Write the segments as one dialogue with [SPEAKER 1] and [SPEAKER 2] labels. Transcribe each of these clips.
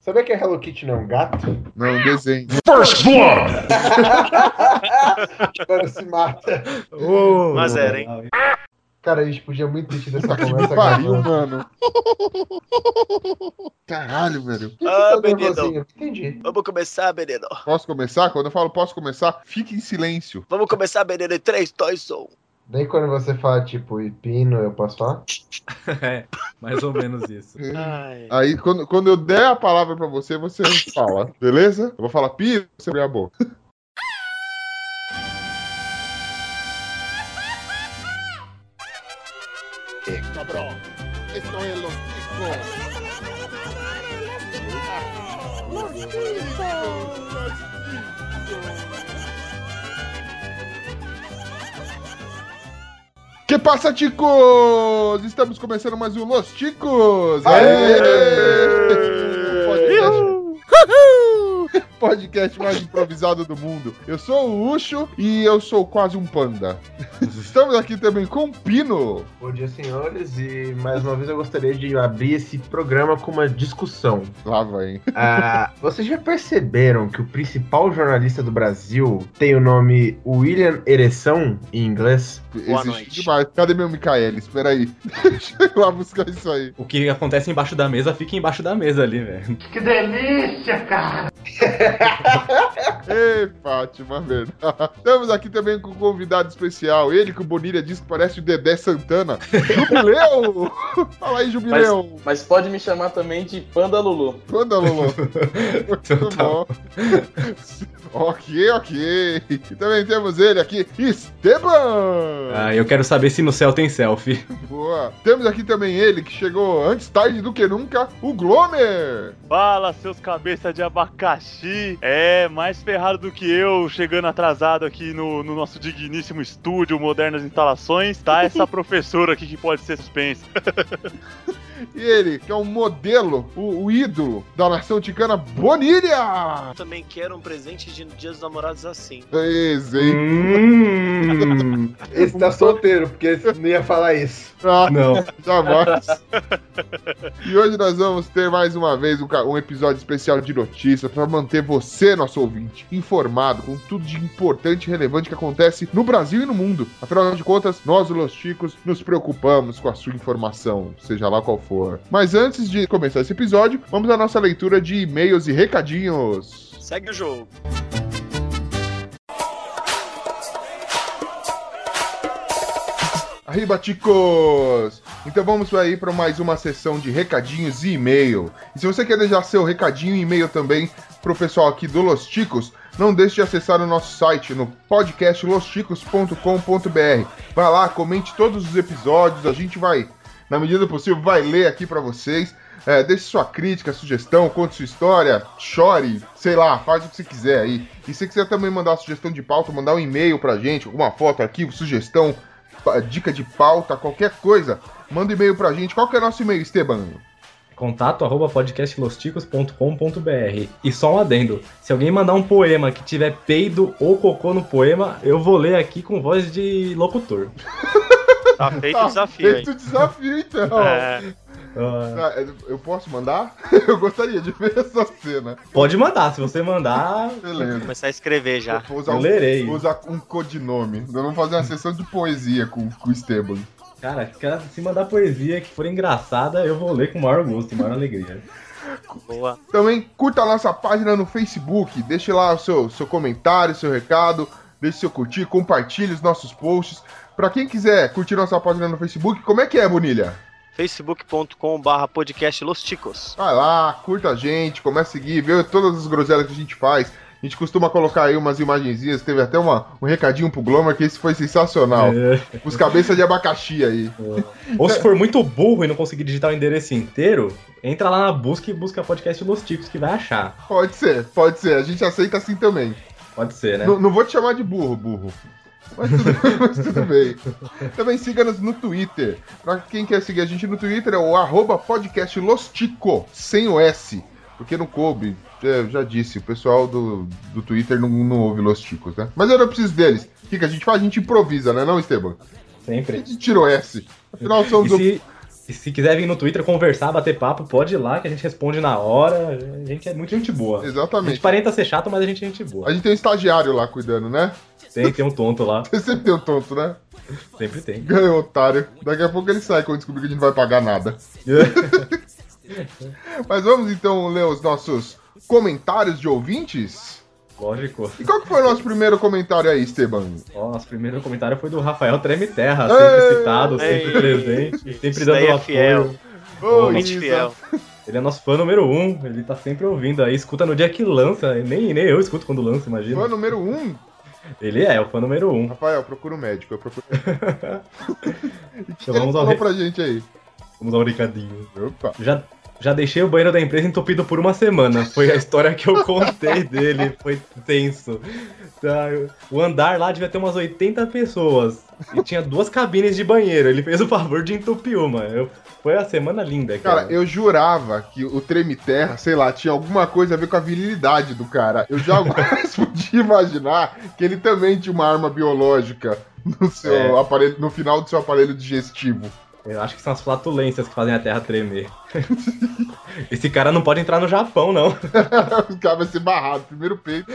[SPEAKER 1] Sabia que a Hello Kitty não é um gato?
[SPEAKER 2] Não, desenho.
[SPEAKER 3] First Blood!
[SPEAKER 1] Agora se mata.
[SPEAKER 2] Ô,
[SPEAKER 4] Mas era, hein?
[SPEAKER 1] Cara, a gente podia muito ter tido essa
[SPEAKER 2] que
[SPEAKER 1] conversa
[SPEAKER 2] pariu,
[SPEAKER 1] agora.
[SPEAKER 2] mano. Caralho, velho.
[SPEAKER 1] Por que
[SPEAKER 4] Ah,
[SPEAKER 1] você tá
[SPEAKER 4] menino.
[SPEAKER 1] nervosinho? Entendi.
[SPEAKER 4] Vamos começar, menino.
[SPEAKER 2] Posso começar? Quando eu falo posso começar, fique em silêncio.
[SPEAKER 4] Vamos começar, menino, em um. 3, 2, 1.
[SPEAKER 1] Daí quando você fala, tipo, hipino, eu posso falar?
[SPEAKER 5] É, mais ou menos isso.
[SPEAKER 4] Ai.
[SPEAKER 2] Aí, quando, quando eu der a palavra pra você, você fala, beleza? Eu vou falar pia, você abre a boca. Que passa, ticos? Estamos começando mais um Los Ticos!
[SPEAKER 1] Aê!
[SPEAKER 2] Podcast- Podcast mais improvisado do mundo. Eu sou o Ucho e eu sou quase um panda. Estamos aqui também com o Pino.
[SPEAKER 1] Bom dia, senhores, e mais uma vez eu gostaria de abrir esse programa com uma discussão.
[SPEAKER 2] Lá vai, hein?
[SPEAKER 1] Ah, vocês já perceberam que o principal jornalista do Brasil tem o nome William Ereção, em inglês?
[SPEAKER 4] Boa noite.
[SPEAKER 2] demais. Cadê meu Micael? Espera aí. Deixa eu ir lá buscar isso aí.
[SPEAKER 5] O que acontece embaixo da mesa fica embaixo da mesa ali, velho.
[SPEAKER 2] Ei, Fátima, verdade. Estamos aqui também com um convidado especial. Ele que o Bonilha diz que parece o Dedé Santana. Jubileu! Fala aí, Jubileu.
[SPEAKER 6] Mas pode me chamar também de Panda Lulu.
[SPEAKER 2] Manda, é, Lolo.
[SPEAKER 5] Então
[SPEAKER 2] Muito
[SPEAKER 5] tá
[SPEAKER 2] bom. ok, ok. E também temos ele aqui, Esteban.
[SPEAKER 5] Ah, eu quero saber se no céu tem selfie.
[SPEAKER 2] Boa. Temos aqui também ele que chegou antes tarde do que nunca, o Glomer.
[SPEAKER 7] Fala, seus cabeça de abacaxi! É, mais ferrado do que eu, chegando atrasado aqui no, no nosso digníssimo estúdio, Modernas Instalações, tá? Essa professora aqui que pode ser suspensa.
[SPEAKER 2] E ele que é o modelo, o, o ídolo da nação ticana, Bonilha.
[SPEAKER 4] Também quero um presente de Dia dos Namorados assim.
[SPEAKER 2] Esse, hein?
[SPEAKER 5] Hum,
[SPEAKER 1] Esse tá solteiro, porque esse não ia falar isso.
[SPEAKER 2] Ah,
[SPEAKER 5] não.
[SPEAKER 2] Jamais. e hoje nós vamos ter mais uma vez um, ca- um episódio especial de notícias para manter você, nosso ouvinte, informado com tudo de importante e relevante que acontece no Brasil e no mundo. Afinal de contas, nós, os Los Chicos, nos preocupamos com a sua informação, seja lá qual for. Mas antes de começar esse episódio, vamos à nossa leitura de e-mails e recadinhos.
[SPEAKER 4] Segue o jogo.
[SPEAKER 2] Arriba, ticos! Então vamos aí para mais uma sessão de recadinhos e e-mail. E se você quer deixar seu recadinho e e-mail também pro pessoal aqui do Los Ticos, não deixe de acessar o nosso site no podcastlosticos.com.br. Vai lá, comente todos os episódios, a gente vai, na medida do possível, vai ler aqui para vocês. É, deixe sua crítica, sugestão, conte sua história, chore, sei lá, faz o que você quiser aí. E se você quiser também mandar sugestão de pauta, mandar um e-mail pra gente, alguma foto, arquivo, sugestão, pa- dica de pauta, qualquer coisa, manda um e-mail pra gente. Qual que é o nosso e-mail, Esteban?
[SPEAKER 5] Contato arroba podcastlosticos.com.br. E só um adendo: se alguém mandar um poema que tiver peido ou cocô no poema, eu vou ler aqui com voz de locutor.
[SPEAKER 7] Tá feito
[SPEAKER 2] Tá
[SPEAKER 7] o desafio, hein?
[SPEAKER 2] Feito o desafio, então.
[SPEAKER 7] É,
[SPEAKER 5] Ah,
[SPEAKER 2] Ah, Eu posso mandar? Eu gostaria de ver essa cena.
[SPEAKER 5] pode mandar, se você mandar,
[SPEAKER 2] Beleza.
[SPEAKER 4] Começar a escrever
[SPEAKER 2] Eu
[SPEAKER 4] já.
[SPEAKER 2] Vou usar
[SPEAKER 5] eu
[SPEAKER 2] um,
[SPEAKER 5] lerei.
[SPEAKER 2] vou usar um codinome. Nós vamos fazer uma sessão de poesia com, com o Esteban.
[SPEAKER 5] Cara, cara, se mandar poesia que for engraçada, eu vou ler com o maior gosto e maior alegria.
[SPEAKER 4] Boa.
[SPEAKER 2] Também curta a nossa página no Facebook, deixe lá o seu, seu comentário, seu recado, deixe seu curtir, compartilhe os nossos posts. Pra quem quiser curtir nossa página no Facebook, como é que é, Bonilha?
[SPEAKER 4] facebook.com.br podcast Los Ticos.
[SPEAKER 2] Vai lá, curta a gente, começa a seguir, vê todas as groselhas que a gente faz. A gente costuma colocar aí umas imagenzinhas, teve até uma, um recadinho pro Glomer, que esse foi sensacional.
[SPEAKER 5] É.
[SPEAKER 2] Os cabeças de abacaxi aí.
[SPEAKER 5] Ou se for muito burro e não conseguir digitar o endereço inteiro, entra lá na busca e busca podcast Los Ticos que vai achar.
[SPEAKER 2] Pode ser, pode ser, a gente aceita assim também.
[SPEAKER 5] Pode ser, né?
[SPEAKER 2] Não, não vou te chamar de burro, burro. Mas tudo, mas tudo bem. Também siga-nos no Twitter. Pra quem quer seguir a gente no Twitter, é o arroba podcast Lostico, sem o S. Porque não coube. É, Eu já disse, o pessoal do, do Twitter não, não ouve Losticos, né? Mas eu não preciso deles. O que, que a gente faz? A gente improvisa, né não, Esteban? A
[SPEAKER 5] Sempre.
[SPEAKER 2] gente tirou S. Afinal,
[SPEAKER 5] E
[SPEAKER 2] somos o...
[SPEAKER 5] se, E se quiser vir no Twitter conversar, bater papo, pode ir lá que a gente responde na hora. A gente é muito gente boa. A gente
[SPEAKER 2] Exatamente.
[SPEAKER 5] parenta ser chato, mas a gente é gente boa.
[SPEAKER 2] A gente tem um estagiário lá cuidando, né?
[SPEAKER 5] Tem, tem um tonto lá,
[SPEAKER 2] Sempre tem um tonto, né?
[SPEAKER 5] sempre tem.
[SPEAKER 2] Ganhou, otário. Daqui a pouco ele sai quando descobrir que a gente não vai pagar nada. Mas vamos então ler os nossos comentários de ouvintes?
[SPEAKER 5] Lógico.
[SPEAKER 2] E qual que foi o nosso primeiro comentário aí, Esteban?
[SPEAKER 5] Nosso primeiro comentário foi do Rafael Treme Terra,
[SPEAKER 2] Ei!
[SPEAKER 5] sempre citado, sempre
[SPEAKER 4] Ei!
[SPEAKER 5] presente, sempre
[SPEAKER 4] Isso
[SPEAKER 5] dando
[SPEAKER 4] daí é
[SPEAKER 5] apoio.
[SPEAKER 4] fiel. Ouvinte fiel.
[SPEAKER 5] Ele é nosso fã número um, ele tá sempre ouvindo aí, escuta no dia que lança, nem, nem eu escuto quando lança, imagina.
[SPEAKER 2] Fã número 1, um,
[SPEAKER 5] Ele é, o fã número um.
[SPEAKER 2] Rafael, procura um médico. Eu procuro... e o que
[SPEAKER 5] Então
[SPEAKER 2] ele
[SPEAKER 5] vamos ao
[SPEAKER 2] falou
[SPEAKER 5] re-
[SPEAKER 2] pra gente aí?
[SPEAKER 5] Vamos dar um brincadinho.
[SPEAKER 2] Opa.
[SPEAKER 5] Já, já deixei o banheiro da empresa entupido por uma semana. Foi a história que eu contei dele. Foi tenso. Tá, eu- O andar lá devia ter umas 80 pessoas. E tinha duas cabines de banheiro. Ele fez o favor de entupir uma. Eu- foi a semana linda, cara.
[SPEAKER 2] Cara, eu jurava que o Treme Terra, sei lá, tinha alguma coisa a ver com a virilidade do cara. Eu jamais podia imaginar que ele também tinha uma arma biológica no, seu
[SPEAKER 5] É.
[SPEAKER 2] aparelho, no final do seu aparelho digestivo.
[SPEAKER 5] Eu acho que são as flatulências que fazem a terra tremer. Esse cara não pode entrar no Japão, não.
[SPEAKER 2] O cara vai ser barrado, primeiro peito.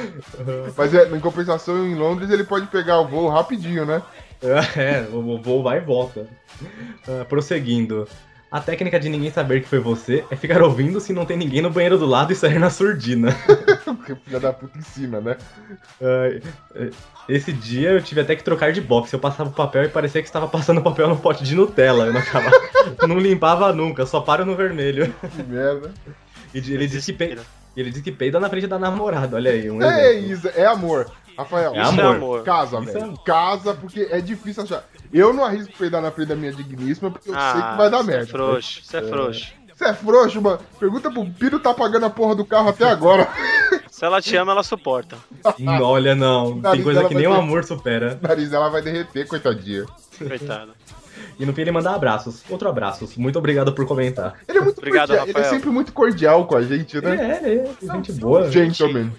[SPEAKER 2] Mas é, em compensação, em Londres ele pode pegar o voo rapidinho, né?
[SPEAKER 5] É, o voo vai e volta. Ah, prosseguindo. A técnica de ninguém saber que foi você é ficar ouvindo se não tem ninguém no banheiro do lado e sair na surdina.
[SPEAKER 2] Porque filha da puta ensina, né?
[SPEAKER 5] Ai, ai. esse dia eu tive até que trocar de box. Eu passava o papel e parecia que estava passando papel no pote de Nutella. Eu não, acabava, não limpava nunca, só paro no vermelho.
[SPEAKER 2] Que merda.
[SPEAKER 5] E de- ele, disse que pe- ele disse que peida na frente da namorada. Olha aí, um
[SPEAKER 2] É
[SPEAKER 5] exemplo.
[SPEAKER 2] isso, é amor. Rafael,
[SPEAKER 5] É
[SPEAKER 4] Isso é um-
[SPEAKER 5] amor.
[SPEAKER 4] amor.
[SPEAKER 2] casa,
[SPEAKER 5] Isso
[SPEAKER 2] velho. Casa, porque é difícil achar. Eu não arrisco peidar na frente da minha digníssima, porque eu sei que vai dar
[SPEAKER 4] você é
[SPEAKER 2] merda.
[SPEAKER 4] frouxo, você é frouxo.
[SPEAKER 2] Você é frouxo, mano? Pergunta pro Piro tá pagando a porra do carro até agora.
[SPEAKER 4] Se ela te ama, ela suporta.
[SPEAKER 5] Hum, Olha, não.
[SPEAKER 2] Nariz
[SPEAKER 5] Tem coisa
[SPEAKER 2] dela
[SPEAKER 5] que
[SPEAKER 2] vai
[SPEAKER 5] nem o
[SPEAKER 2] ter-
[SPEAKER 5] amor supera.
[SPEAKER 2] O nariz dela vai derreter, coitadinha.
[SPEAKER 4] Coitado.
[SPEAKER 5] E no fim ele manda abraços. Outro abraços. Muito obrigado por comentar.
[SPEAKER 2] Ele é muito
[SPEAKER 4] Obrigado,
[SPEAKER 2] cordial. Ele é
[SPEAKER 4] Rafael.
[SPEAKER 2] sempre muito cordial com a gente,
[SPEAKER 5] É,
[SPEAKER 2] né?
[SPEAKER 5] é, é gente boa.
[SPEAKER 2] Gentleman.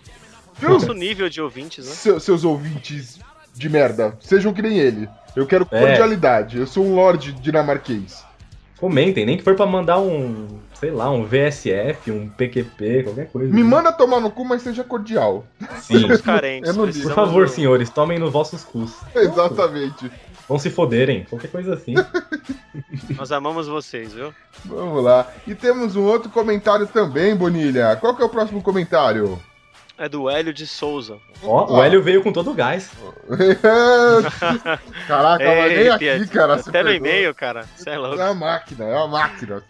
[SPEAKER 2] Viu?
[SPEAKER 4] Nosso nível de ouvintes, né?
[SPEAKER 2] seu- seus ouvintes de merda, sejam que nem ele. Eu quero
[SPEAKER 5] É.
[SPEAKER 2] cordialidade. Eu sou um lorde dinamarquês.
[SPEAKER 5] Comentem, nem que for pra mandar um, sei lá, um VSF, um PQP, qualquer coisa.
[SPEAKER 2] Me manda tomar no cu, mas seja cordial.
[SPEAKER 5] Sim.
[SPEAKER 4] Somos carentes.
[SPEAKER 2] Eu não
[SPEAKER 5] Por
[SPEAKER 4] precisamos
[SPEAKER 5] favor,
[SPEAKER 4] do-
[SPEAKER 5] senhores, tomem nos vossos cus.
[SPEAKER 2] Exatamente.
[SPEAKER 5] Vão se foderem, qualquer coisa assim.
[SPEAKER 4] Nós amamos vocês, viu?
[SPEAKER 2] Vamos lá. E temos um outro comentário também, Bonilha. Qual que é o próximo comentário?
[SPEAKER 4] É do Hélio de Souza.
[SPEAKER 5] Ó, o Hélio veio com todo o gás.
[SPEAKER 2] Caraca, mas nem
[SPEAKER 4] Ei,
[SPEAKER 2] aqui,
[SPEAKER 4] Pietro,
[SPEAKER 2] cara. você
[SPEAKER 4] Até no
[SPEAKER 2] perdoa.
[SPEAKER 4] e-mail, cara. Você é
[SPEAKER 2] É
[SPEAKER 4] louco.
[SPEAKER 2] uma máquina, é uma máquina.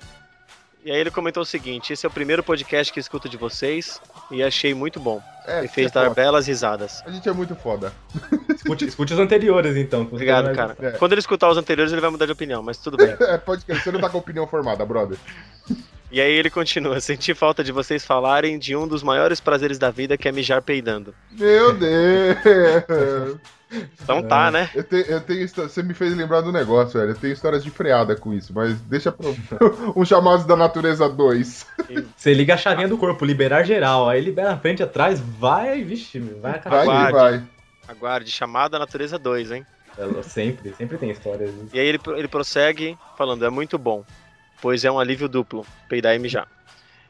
[SPEAKER 4] E aí ele comentou o seguinte: esse é o primeiro podcast que escuto de vocês e achei muito bom.
[SPEAKER 2] É,
[SPEAKER 4] Me fez
[SPEAKER 2] você é
[SPEAKER 4] dar
[SPEAKER 2] foda.
[SPEAKER 4] belas risadas.
[SPEAKER 2] A gente é muito foda.
[SPEAKER 5] Escute, escute os anteriores, então. que você
[SPEAKER 4] Obrigado,
[SPEAKER 5] vai-
[SPEAKER 4] cara.
[SPEAKER 2] é.
[SPEAKER 4] Quando ele escutar os anteriores, ele vai mudar de opinião, mas tudo bem.
[SPEAKER 2] É, pode crer, você não tá com opinião formada, brother.
[SPEAKER 4] E aí ele continua: senti falta de vocês falarem de um dos maiores prazeres da vida, que é mijar peidando.
[SPEAKER 2] Meu Deus!
[SPEAKER 4] Então tá, né?
[SPEAKER 2] Eu, te- eu tenho. histó- Você me fez lembrar do negócio, velho. Eu tenho histórias de freada com isso, mas deixa pro. um chamado da natureza 2.
[SPEAKER 5] Você liga a chavinha do corpo, liberar geral. Aí libera na frente, atrás, vai, vixe, meu, vai
[SPEAKER 2] Vai,
[SPEAKER 5] acabar.
[SPEAKER 2] vai.
[SPEAKER 4] Aguarde.
[SPEAKER 2] vai.
[SPEAKER 4] Aguarde, chamada natureza 2, hein?
[SPEAKER 5] Sempre, sempre tem histórias. né? disso.
[SPEAKER 4] E aí ele, ele prossegue falando: é muito bom, pois é um alívio duplo, peidar e mijar.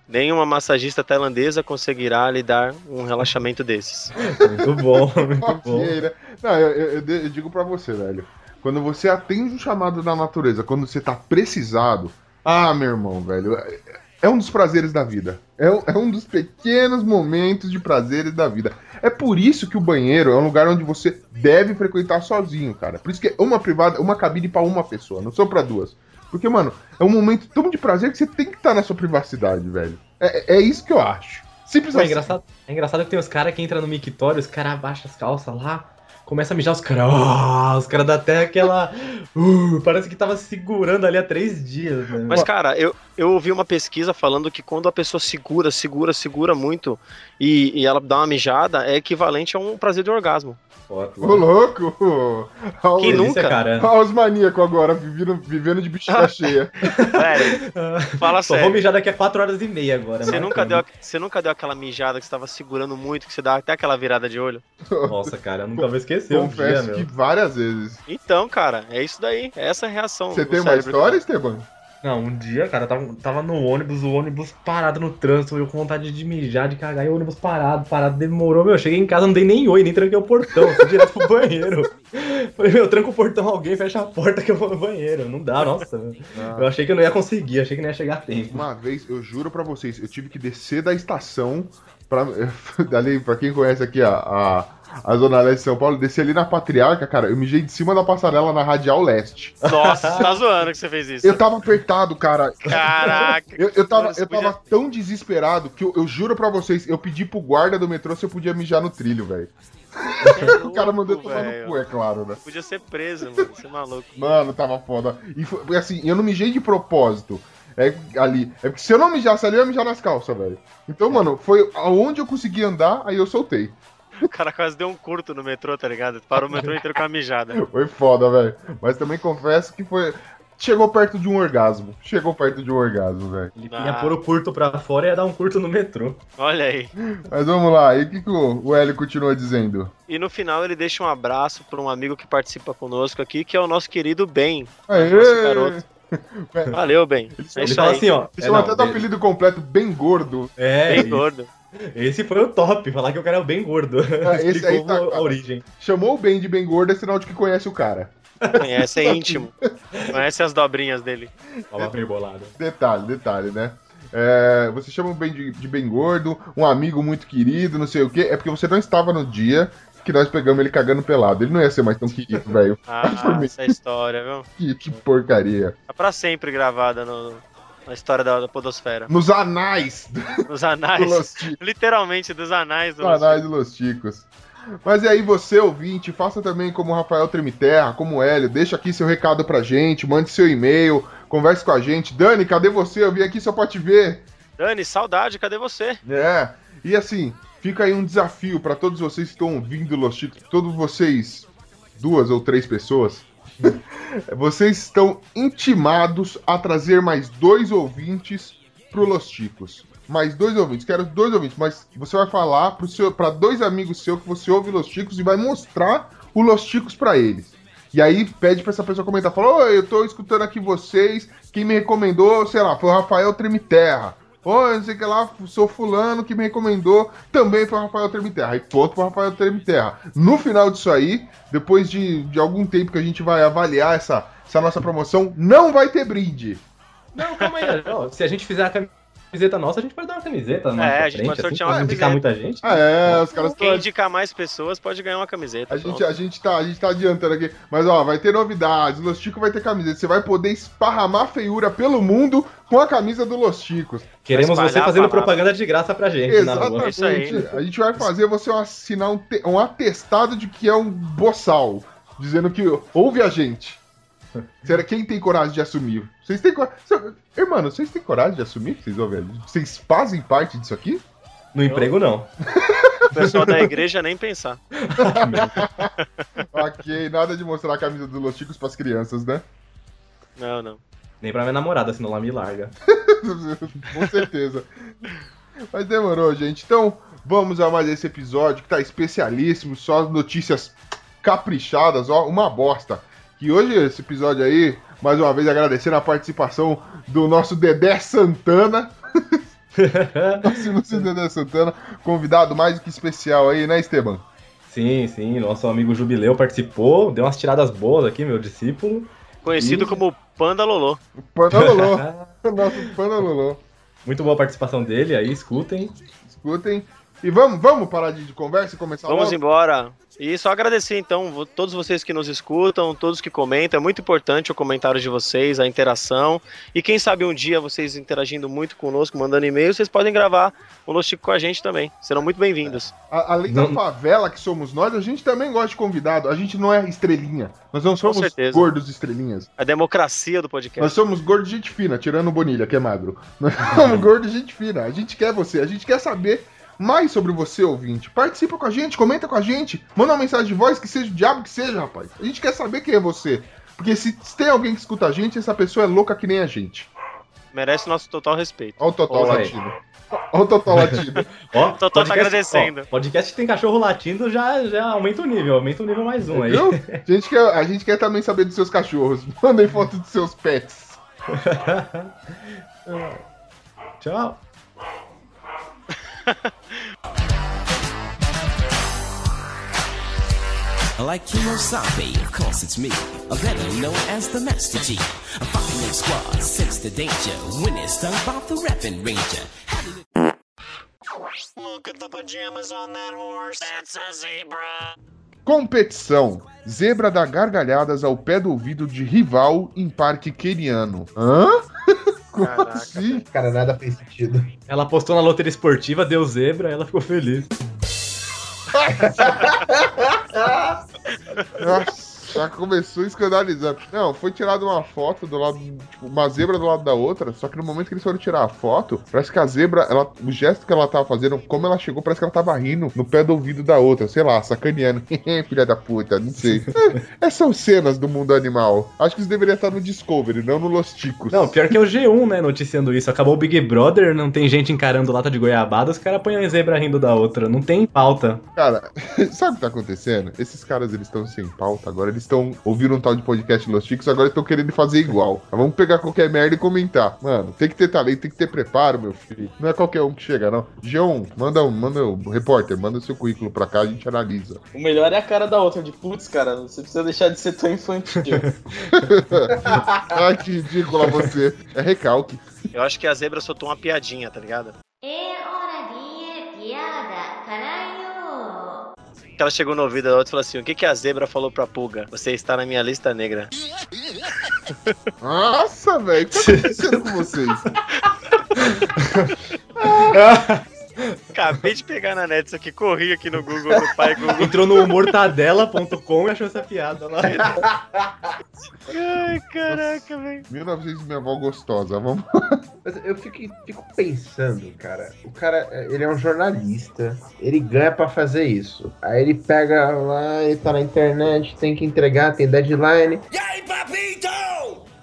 [SPEAKER 4] Nenhuma massagista tailandesa conseguirá lhe dar um relaxamento desses.
[SPEAKER 5] Muito bom, muito bom.
[SPEAKER 2] Ok, né? Não, eu, eu- eu de- eu digo pra você, velho. Quando você atende um chamado da natureza, quando você tá precisado. Ah, meu irmão, velho. é- É um dos prazeres da vida. É um, é um dos pequenos momentos de prazeres da vida. É por isso que o banheiro é um lugar onde você deve frequentar sozinho, cara. Por isso que é uma privada, uma cabine pra uma pessoa, não só pra duas. Porque, mano, é um momento tão de prazer que você tem que estar na sua privacidade, velho. É, é isso que eu acho. Simples
[SPEAKER 5] Não, é,
[SPEAKER 2] assim.
[SPEAKER 5] engraçado, é engraçado que tem os caras que entram no mictório, os caras abaixam as calças lá, começa a mijar os caras. Ah, os caras dão até aquela. Uh, parece que tava segurando ali há três dias. Né?
[SPEAKER 4] Mas, cara, eu, eu ouvi uma pesquisa falando que quando a pessoa segura, segura, segura muito e, e ela dá uma mijada, é equivalente a um prazer de orgasmo.
[SPEAKER 5] Foto.
[SPEAKER 2] Ô, louco! Olha
[SPEAKER 4] Quem
[SPEAKER 2] o-
[SPEAKER 5] Delícia,
[SPEAKER 4] nunca?
[SPEAKER 5] cara.
[SPEAKER 2] Olha os maníacos agora, vivendo, vivendo de bexiga cheia.
[SPEAKER 4] Sério, fala
[SPEAKER 5] Só vou
[SPEAKER 4] sério.
[SPEAKER 5] mijar daqui a 4 horas e meia agora.
[SPEAKER 4] Você
[SPEAKER 5] marcando.
[SPEAKER 4] nunca, deu, a- você nunca deu aquela mijada que você tava segurando muito, que você dá até aquela virada de olho?
[SPEAKER 5] Nossa, cara, eu nunca vou esquecer um dia,
[SPEAKER 2] Confesso
[SPEAKER 5] meu.
[SPEAKER 2] que várias vezes.
[SPEAKER 4] Então, cara, é isso daí. É essa a reação.
[SPEAKER 2] Você
[SPEAKER 4] do
[SPEAKER 2] tem uma
[SPEAKER 4] cérebro.
[SPEAKER 2] história, Esteban?
[SPEAKER 5] Não, um dia, cara, eu tava, tava no ônibus, o ônibus parado no trânsito, eu com vontade de mijar, de cagar, e o ônibus parado, parado, demorou, meu. eu Cheguei em casa, não dei nem oi, nem tranquei o portão, fui direto pro banheiro. Falei, meu, tranca o portão alguém, fecha a porta que eu vou no banheiro. Não dá, nossa. meu.
[SPEAKER 4] Ah.
[SPEAKER 5] Eu achei que eu não ia conseguir, achei que não ia chegar a tempo.
[SPEAKER 2] Uma vez, eu juro pra vocês, eu tive que descer da estação pra, dali, pra quem conhece aqui a, a, a Zona Leste de São Paulo, descer ali na Patriarca, cara, eu mijei de cima da passarela na Radial Leste.
[SPEAKER 4] Nossa, você tá zoando que você fez isso.
[SPEAKER 2] Eu tava apertado, cara.
[SPEAKER 4] Caraca.
[SPEAKER 2] Eu, eu tava,
[SPEAKER 4] Mano, você
[SPEAKER 2] eu tava tão desesperado que eu, eu juro pra vocês, eu pedi pro guarda do metrô se eu podia mijar no trilho, velho.
[SPEAKER 4] podia-
[SPEAKER 2] O cara mandou
[SPEAKER 4] Tá Louco,
[SPEAKER 2] tomar no
[SPEAKER 4] velho.
[SPEAKER 2] cu, é claro, né?
[SPEAKER 4] Podia ser preso, mano. Você é maluco.
[SPEAKER 2] Mano, tava foda. E foi, porque, assim, eu não mijei de propósito. É ali. É porque se eu não mijasse ali, eu ia mijar nas calças, velho. Então, mano, foi aonde eu consegui andar, aí eu soltei.
[SPEAKER 4] O cara quase deu um curto no metrô, tá ligado? Parou o metrô inteiro com a mijada.
[SPEAKER 2] Foi foda, velho. Mas também confesso que foi. Chegou perto de um orgasmo. Chegou perto de um orgasmo, velho.
[SPEAKER 5] Ele
[SPEAKER 4] Ah.
[SPEAKER 5] ia pôr o curto pra fora e ia dar um curto no metrô.
[SPEAKER 4] Olha aí.
[SPEAKER 2] Mas vamos lá, e o que, que o o Hélio continua dizendo?
[SPEAKER 4] E no final ele deixa um abraço pra um amigo que participa conosco aqui, que é o nosso querido Ben.
[SPEAKER 2] Aê!
[SPEAKER 4] Nosso garoto. Valeu, Ben. É
[SPEAKER 5] Ele
[SPEAKER 4] isso
[SPEAKER 5] fala
[SPEAKER 4] aí.
[SPEAKER 5] assim, ó.
[SPEAKER 2] Ele
[SPEAKER 5] é,
[SPEAKER 2] chama
[SPEAKER 5] não,
[SPEAKER 2] até do
[SPEAKER 5] ele-
[SPEAKER 2] um apelido completo, bem gordo.
[SPEAKER 5] É,
[SPEAKER 4] Bem gordo.
[SPEAKER 5] esse foi o top, falar que o cara é o bem gordo.
[SPEAKER 2] Ah, esse aí
[SPEAKER 5] Explicou
[SPEAKER 2] tá-
[SPEAKER 5] a origem.
[SPEAKER 2] Chamou o Ben de bem gordo, é sinal de que conhece o cara.
[SPEAKER 4] Conhece, é íntimo. Conhece as dobrinhas dele.
[SPEAKER 5] Fala bem bolado.
[SPEAKER 2] Detalhe, detalhe, né? É, você chama o Ben de, de bem gordo, um amigo muito querido, não sei o quê. É porque você não estava no dia que nós pegamos ele cagando pelado. Ele não ia ser mais tão querido, velho.
[SPEAKER 4] Ah, essa história, viu?
[SPEAKER 2] Que, que porcaria.
[SPEAKER 4] Tá pra sempre gravada no- na história da, da Podosfera.
[SPEAKER 2] Nos anais do
[SPEAKER 4] Nos anais.
[SPEAKER 2] Los Ticos.
[SPEAKER 4] Literalmente, dos anais do
[SPEAKER 2] Nos anais do Los Ticos. Mas e aí, você ouvinte, faça também como o Rafael Tremiterra, como o Hélio, deixa aqui seu recado pra gente, mande seu e-mail, converse com a gente. Dani, cadê você? Eu vim aqui só pra te ver.
[SPEAKER 4] Dani, saudade, cadê você?
[SPEAKER 2] É, e assim, fica aí um desafio pra todos vocês que estão ouvindo Los Chicos, todos vocês, duas ou três pessoas, vocês estão intimados a trazer mais dois ouvintes pro Los Chicos. Mais dois ouvintes, quero dois ouvintes, mas você vai falar pro seu, pra dois amigos seus que você ouve Los Chicos e vai mostrar o Los Chicos pra eles. E aí pede pra essa pessoa comentar, fala, ô, eu tô escutando aqui vocês, quem me recomendou, sei lá, foi o Rafael Tremiterra. Ô, não sei o que lá, sou fulano que me recomendou também para Rafael Termiterra. E ponto para Rafael Termiterra. No final disso aí, depois de, de algum tempo que a gente vai avaliar essa, essa nossa promoção, não vai ter brinde.
[SPEAKER 5] Não, calma aí. ó, se a gente fizer a camiseta nossa, a gente pode dar uma camiseta, né?
[SPEAKER 4] É,
[SPEAKER 5] pra
[SPEAKER 4] a gente
[SPEAKER 5] frente,
[SPEAKER 4] pode sortear
[SPEAKER 5] assim, pra
[SPEAKER 4] uma
[SPEAKER 5] indicar
[SPEAKER 4] camiseta.
[SPEAKER 5] muita gente.
[SPEAKER 2] Ah, é, os caras
[SPEAKER 4] Quem
[SPEAKER 2] estão.
[SPEAKER 4] indicar mais pessoas pode ganhar uma camiseta.
[SPEAKER 2] A gente,
[SPEAKER 4] pronto.
[SPEAKER 2] a, gente tá, a gente tá adiantando aqui. Mas ó, vai ter novidades. O Los Ticos vai ter camiseta. Você vai poder esparramar feiura pelo mundo com a camisa do Los Ticos.
[SPEAKER 5] Queremos
[SPEAKER 4] espalhar
[SPEAKER 5] você
[SPEAKER 4] a
[SPEAKER 5] fazendo
[SPEAKER 4] palavra.
[SPEAKER 5] propaganda de graça pra gente na rua.
[SPEAKER 4] É isso aí.
[SPEAKER 2] Exatamente. A gente vai fazer você assinar um, te- um atestado de que é um boçal, dizendo que ouve a gente. Será quem tem coragem de assumir? Vocês têm coragem. Mano, vocês têm coragem de assumir que vocês ouvem a gente? Vocês fazem parte disso aqui?
[SPEAKER 5] No emprego, não.
[SPEAKER 4] O pessoal da igreja nem pensar.
[SPEAKER 2] ok, nada de mostrar a camisa dos Los Chicos pras crianças, né?
[SPEAKER 4] Não, não.
[SPEAKER 5] Nem pra minha namorada, senão ela me larga.
[SPEAKER 2] Com certeza. Mas demorou, gente. Então, vamos a mais esse episódio que tá especialíssimo, só notícias caprichadas, ó, uma bosta. Que hoje esse episódio aí, mais uma vez agradecendo a participação do nosso Dedé Santana, nosso nosso Dedé Santana, convidado mais do que especial aí, né, Esteban?
[SPEAKER 5] sim, sim, nosso amigo Jubileu participou, deu umas tiradas boas aqui, meu discípulo.
[SPEAKER 4] Conhecido como Panda Lolô.
[SPEAKER 2] O
[SPEAKER 4] Oh.
[SPEAKER 2] Panololô, nosso Panololô.
[SPEAKER 5] É, Muito boa a participação dele, aí escutem.
[SPEAKER 2] Escutem. E vamos, vamos parar de, de conversa e começar
[SPEAKER 4] Vamos
[SPEAKER 2] logo?
[SPEAKER 4] embora. E só agradecer então vo- todos vocês que nos escutam, todos que comentam. É muito importante o comentário de vocês, a interação. E quem sabe um dia vocês interagindo muito conosco, mandando e-mail, vocês podem gravar o Los Chico com a gente também. Serão muito bem-vindos.
[SPEAKER 2] A- além da
[SPEAKER 5] Não-
[SPEAKER 2] favela que somos nós, a gente também gosta de convidado. A gente não é estrelinha. Nós não somos
[SPEAKER 4] certeza.
[SPEAKER 2] gordos estrelinhas.
[SPEAKER 4] A democracia do
[SPEAKER 2] Nós
[SPEAKER 4] podcast.
[SPEAKER 2] somos gordos gente fina, tirando o Bonilha, que é magro. Nós
[SPEAKER 5] Uhum.
[SPEAKER 2] somos gordos gente fina. A gente quer você. A gente quer saber mais sobre você, ouvinte. Participa com a gente, comenta com a gente. Manda uma mensagem de voz, que seja o diabo que seja, rapaz. A gente quer saber quem é você. Porque se tem alguém que escuta a gente, essa pessoa é louca que nem a gente.
[SPEAKER 4] Merece nosso total respeito.
[SPEAKER 2] Olha o Totó
[SPEAKER 5] Olha aí.
[SPEAKER 2] latido. Olha o Totó latido.
[SPEAKER 5] Ó,
[SPEAKER 4] Totó tá agradecendo.
[SPEAKER 5] ó, podcast que tem cachorro latindo já, já aumenta o nível, aumenta o nível mais um aí.
[SPEAKER 2] Viu? A gente, quer, a gente quer também saber dos seus cachorros. Mandem foto dos seus pets.
[SPEAKER 5] Tchau.
[SPEAKER 3] Like Kiyosabe, of course it's me, a better known as the Master G. A fucking squad, sense the danger, when it's stung by the Rapping Ranger.
[SPEAKER 2] Competição. Zebra dá gargalhadas ao pé do ouvido de rival em parque keniano. Hã? Como
[SPEAKER 4] Caraca,
[SPEAKER 2] assim?
[SPEAKER 1] Cara, nada fez sentido.
[SPEAKER 5] Ela apostou na loteria esportiva, deu zebra, ela ficou feliz.
[SPEAKER 2] Nossa, já começou escandalizando. Não, foi tirada uma foto do lado, tipo, uma zebra do lado da outra, só que no momento que eles foram tirar a foto, parece que a zebra, ela, o gesto que ela tava fazendo, como ela chegou, parece que ela tava rindo no pé do ouvido da outra, sei lá, sacaneando. Filha da puta, não sei. É, Essas são cenas do mundo animal. Acho que isso deveria estar no Discovery, não no Los Ticos.
[SPEAKER 5] Não, pior que é o G1, né, noticiando isso. Acabou o Big Brother, não tem gente encarando lata de goiabada, os caras põem a zebra rindo da outra. Não tem pauta.
[SPEAKER 2] Cara, sabe o que tá acontecendo? Esses caras, eles estão sem pauta agora, eles estão ouvindo um tal de podcast Los Chicos, agora estão querendo fazer igual. Mas vamos pegar qualquer merda e comentar. Mano, tem que ter talento, tem que ter preparo, meu filho. Não é qualquer um que chega, não. João, manda um, manda um repórter, manda o seu currículo pra cá, a gente analisa.
[SPEAKER 6] O melhor é a cara da outra, de putz, cara, você precisa deixar de ser tão infantil.
[SPEAKER 2] Ai, que ridícula você. É recalque.
[SPEAKER 4] Eu acho que a zebra soltou uma piadinha, tá ligado?
[SPEAKER 8] えー、オラディエピアーダからよー。
[SPEAKER 4] Que ela chegou no ouvido da outra e falou assim: O que, que a zebra falou pra pulga? Você está na minha lista negra.
[SPEAKER 2] Nossa, velho, o que tá acontecendo com vocês?
[SPEAKER 4] Acabei de pegar na net isso aqui, corri aqui no Google, no pai Google.
[SPEAKER 5] Entrou no mortadela.com e achou essa piada lá.
[SPEAKER 4] Ai, caraca, velho.
[SPEAKER 2] 1900 minha avó gostosa, vamos.
[SPEAKER 1] Mas eu fico, fico pensando, cara. O cara, eh, ele é um jornalista, ele ganha pra fazer isso. Aí ele pega lá, ele tá na internet, tem que entregar, tem deadline. E aí, papito?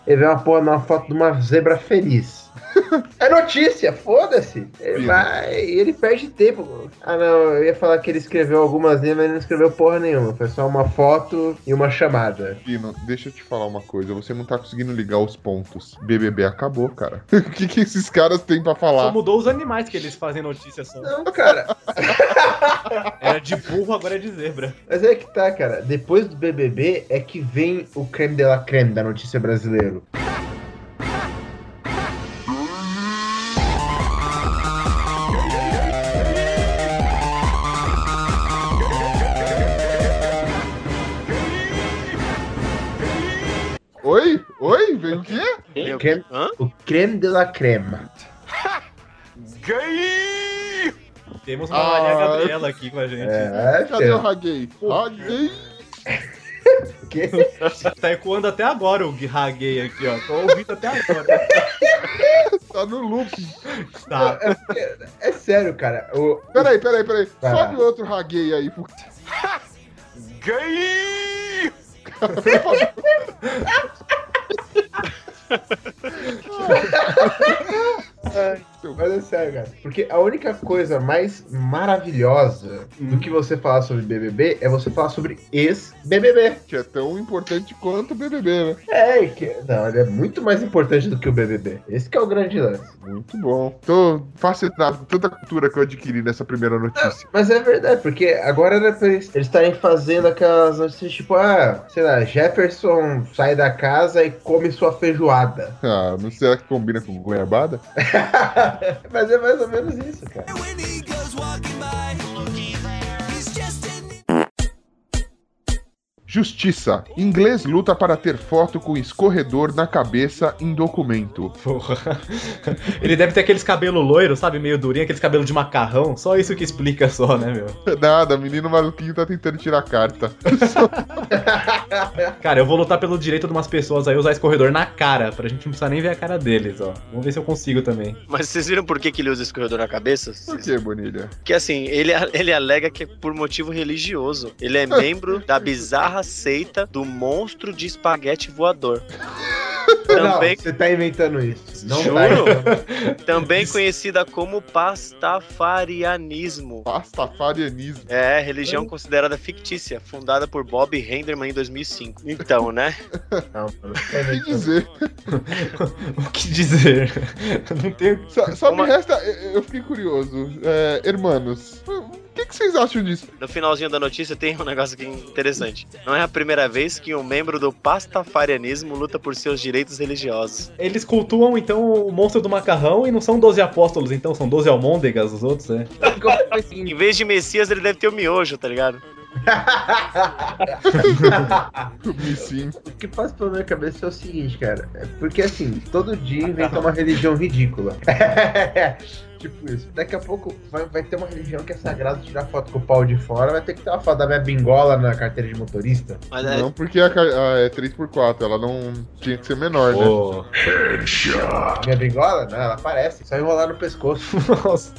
[SPEAKER 1] Ele vê uma porra numa foto de uma zebra feliz. É notícia, foda-se. Ele
[SPEAKER 2] Sim.
[SPEAKER 1] vai e ele perde tempo. Ah, não, eu ia falar que ele escreveu algumas linhas, mas ele não escreveu porra nenhuma. Foi só uma foto e uma chamada.
[SPEAKER 2] Pino, deixa eu te falar uma coisa. Você não tá conseguindo ligar os pontos. BBB acabou, cara. O que, que esses caras têm pra falar?
[SPEAKER 5] Só mudou os animais que eles fazem notícia só.
[SPEAKER 1] Não, cara,
[SPEAKER 5] Era de burro, agora é de zebra.
[SPEAKER 1] Mas é que tá, cara. Depois do BBB é que vem o creme de la creme da notícia brasileira.
[SPEAKER 2] Oi? Oi? Veio o quê?
[SPEAKER 4] Eu-
[SPEAKER 1] Creme-
[SPEAKER 4] Hã?
[SPEAKER 1] O creme de la creme.
[SPEAKER 5] Temos uma Maria
[SPEAKER 2] Ah,
[SPEAKER 5] Gabriela aqui com a gente.
[SPEAKER 1] É,
[SPEAKER 2] Cadê o
[SPEAKER 1] filho.
[SPEAKER 2] Haguei? Haguei!
[SPEAKER 1] O quê?
[SPEAKER 5] Tá ecoando até agora o raguei aqui, ó. Tô ouvindo até agora.
[SPEAKER 2] Tá no looping.
[SPEAKER 5] Tá.
[SPEAKER 1] É sério, cara. O...
[SPEAKER 2] Peraí, peraí, peraí.
[SPEAKER 1] Vai lá.
[SPEAKER 2] Sobe outro Haguei aí. Ganhei!
[SPEAKER 1] Mas é sério, cara. Porque a única coisa mais maravilhosa
[SPEAKER 4] Hum.
[SPEAKER 1] do que você falar sobre BBB é você falar sobre ex-BBB.
[SPEAKER 2] Que é tão importante quanto o BBB, né?
[SPEAKER 1] É, que... não, ele é muito mais importante do que o BBB. Esse que é o grande lance.
[SPEAKER 2] Muito bom. Tô fascinado com tanta cultura que eu adquiri nessa primeira notícia.
[SPEAKER 1] Mas é verdade, porque agora era pra eles eles estarem fazendo aquelas notícias tipo, ah, sei lá, Jefferson sai da casa e come sua feijoada.
[SPEAKER 2] Ah, não será que combina com goiabada?
[SPEAKER 1] Mas é mais ou menos isso, cara.
[SPEAKER 2] Justiça. Inglês luta para ter foto com escorredor na cabeça em documento.
[SPEAKER 5] Porra. Ele deve ter aqueles cabelo loiro, sabe? Meio durinho, aqueles cabelo de macarrão. Só isso que explica só, né, meu?
[SPEAKER 2] Nada, menino maluquinho tá tentando tirar carta.
[SPEAKER 5] Cara, eu vou lutar pelo direito de umas pessoas aí usar esse corredor na cara, pra gente não precisar nem ver a cara deles, ó. Vamos ver se eu consigo também.
[SPEAKER 4] Mas vocês viram por que, que ele usa esse corredor na cabeça?
[SPEAKER 2] Por que, Bonilha?
[SPEAKER 4] Que assim, ele, ele alega que é por motivo religioso. Ele é membro da bizarra seita do monstro de espaguete voador. Também-
[SPEAKER 1] Não, você tá inventando isso. Não
[SPEAKER 4] Juro?
[SPEAKER 1] tá inventando.
[SPEAKER 4] Também conhecida como pastafarianismo.
[SPEAKER 2] Pastafarianismo.
[SPEAKER 4] É, religião considerada fictícia, fundada por Bob Henderman em 2005. Então, né?
[SPEAKER 1] Não, mano, você tá
[SPEAKER 2] O que
[SPEAKER 1] inventando.
[SPEAKER 2] dizer?
[SPEAKER 5] O que dizer? Não tenho.
[SPEAKER 2] Só, só
[SPEAKER 4] Uma-
[SPEAKER 2] me resta. Eu eu fiquei curioso. É, hermanos, o que, que vocês acham disso?
[SPEAKER 4] No finalzinho da notícia tem um negócio aqui interessante. Não é a primeira vez que um membro do pastafarianismo luta por seus direitos religiosos.
[SPEAKER 5] Eles cultuam, então, o monstro do macarrão e não são 12 apóstolos, então, são 12 almôndegas, os outros, né?
[SPEAKER 1] Como assim? foi o seguinte?
[SPEAKER 4] Em vez de Messias, ele deve ter o miojo, tá ligado?
[SPEAKER 2] Me sim.
[SPEAKER 1] O que passa pela minha cabeça é o seguinte, cara. É porque assim, todo dia inventa uma religião ridícula. tipo isso. Daqui a pouco vai, vai ter uma religião que é sagrado tirar foto com o pau de fora. Vai ter que ter uma foto da minha bingola na carteira de motorista.
[SPEAKER 4] Mas é,
[SPEAKER 2] Não porque a, ca- a- é 3x4, ela não tinha que ser menor, né?
[SPEAKER 5] Pô.
[SPEAKER 1] Minha bingola? Não, ela aparece. Só enrolar no pescoço.
[SPEAKER 5] Nossa.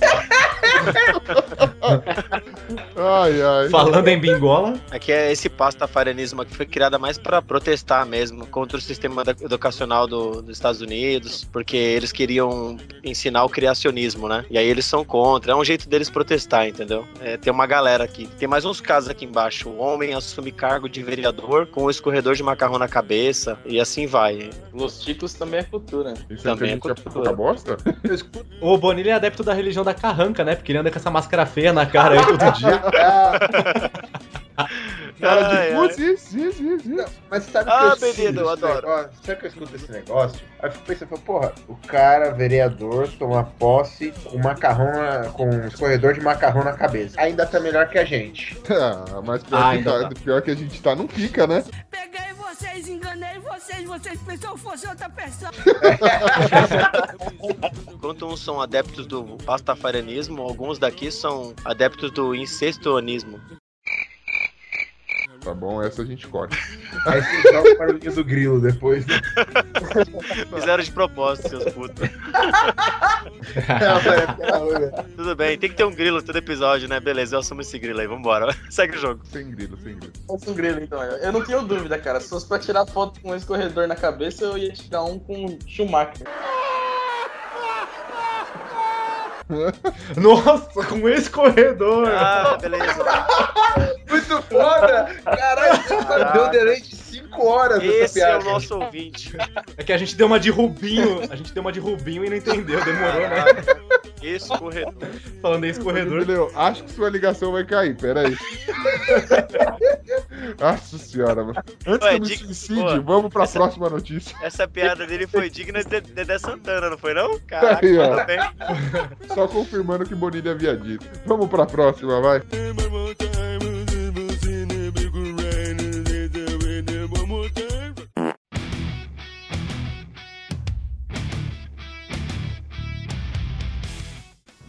[SPEAKER 2] Ai, ai.
[SPEAKER 5] Falando em bingola,
[SPEAKER 4] aqui é esse pastafarianismo que foi criada mais pra protestar mesmo contra o sistema da- educacional do- dos Estados Unidos, porque eles queriam ensinar o criacionismo, né? E aí eles são contra. É um jeito deles protestar, entendeu? É, tem uma galera aqui. Tem mais uns casos aqui embaixo. O homem assume cargo de vereador com o escorredor de macarrão na cabeça e assim vai.
[SPEAKER 6] Los Ticos também é cultura.
[SPEAKER 2] Isso é que a
[SPEAKER 4] também é
[SPEAKER 2] gente é
[SPEAKER 4] cultura.
[SPEAKER 2] pouca bosta?
[SPEAKER 5] o Bonilha é adepto da religião da carranca, né? Porque ele anda com essa máscara feia na cara aí todo dia.
[SPEAKER 2] Cara
[SPEAKER 4] Ai,
[SPEAKER 2] de
[SPEAKER 4] ai.
[SPEAKER 2] putz, isso, isso, isso, isso.
[SPEAKER 1] Mas sabe
[SPEAKER 4] Ah,
[SPEAKER 1] que eu
[SPEAKER 4] menino,
[SPEAKER 1] escuto
[SPEAKER 4] eu
[SPEAKER 1] esse
[SPEAKER 4] adoro.
[SPEAKER 1] negócio? Sabe que eu escuto esse negócio? Aí eu fico pensando, falo, porra, o cara, vereador, toma posse com macarrão, na- com um escorredor de macarrão na cabeça. Ainda tá melhor que a gente.
[SPEAKER 2] Ah, mas pior,
[SPEAKER 5] Ah,
[SPEAKER 2] que
[SPEAKER 5] então
[SPEAKER 2] tá- pior que a gente tá, não fica, né?
[SPEAKER 9] Peguei vocês, enganei vocês, vocês pensam que eu fosse outra pessoa.
[SPEAKER 4] Enquanto uns são adeptos do pastafarianismo, alguns daqui são adeptos do incestoanismo.
[SPEAKER 2] Tá bom, essa a gente corta.
[SPEAKER 1] Aí você joga o barulhinho do grilo depois.
[SPEAKER 4] Fizeram de propósito, seus putos. Tudo bem, tem que ter um grilo todo episódio, né? Beleza, eu assumo esse grilo aí, vambora. Segue o jogo.
[SPEAKER 2] Sem grilo, sem grilo.
[SPEAKER 6] Nossa, um grilo, então. Eu não tenho dúvida, cara. Se fosse pra tirar foto com um escorredor na cabeça, eu ia tirar um com Schumacher.
[SPEAKER 5] Nossa, com esse corredor.
[SPEAKER 4] Ah, beleza.
[SPEAKER 1] Muito foda! Caralho, tá
[SPEAKER 4] Caraca.
[SPEAKER 1] deu delay de 5 horas nessa
[SPEAKER 4] Esse é o
[SPEAKER 1] piada.
[SPEAKER 4] nosso ouvinte.
[SPEAKER 5] É que a gente deu uma de Rubinho. A gente deu uma de Rubinho e não entendeu, demorou, né?
[SPEAKER 4] Escorredor.
[SPEAKER 5] Falando em esse corredor.
[SPEAKER 2] Entendeu? Acho que sua ligação vai cair, peraí. Nossa senhora, mano. Antes
[SPEAKER 4] Ué,
[SPEAKER 2] que eu me
[SPEAKER 4] diga-
[SPEAKER 2] suicide,
[SPEAKER 4] Pô,
[SPEAKER 2] vamos pra
[SPEAKER 4] essa-
[SPEAKER 2] próxima notícia.
[SPEAKER 4] Essa piada dele foi digna de Dedé Santana, não foi não? Caraca,
[SPEAKER 2] Aí, ó.
[SPEAKER 4] tudo bem.
[SPEAKER 2] Só confirmando o que Bonilha havia dito. Vamos pra próxima, vai.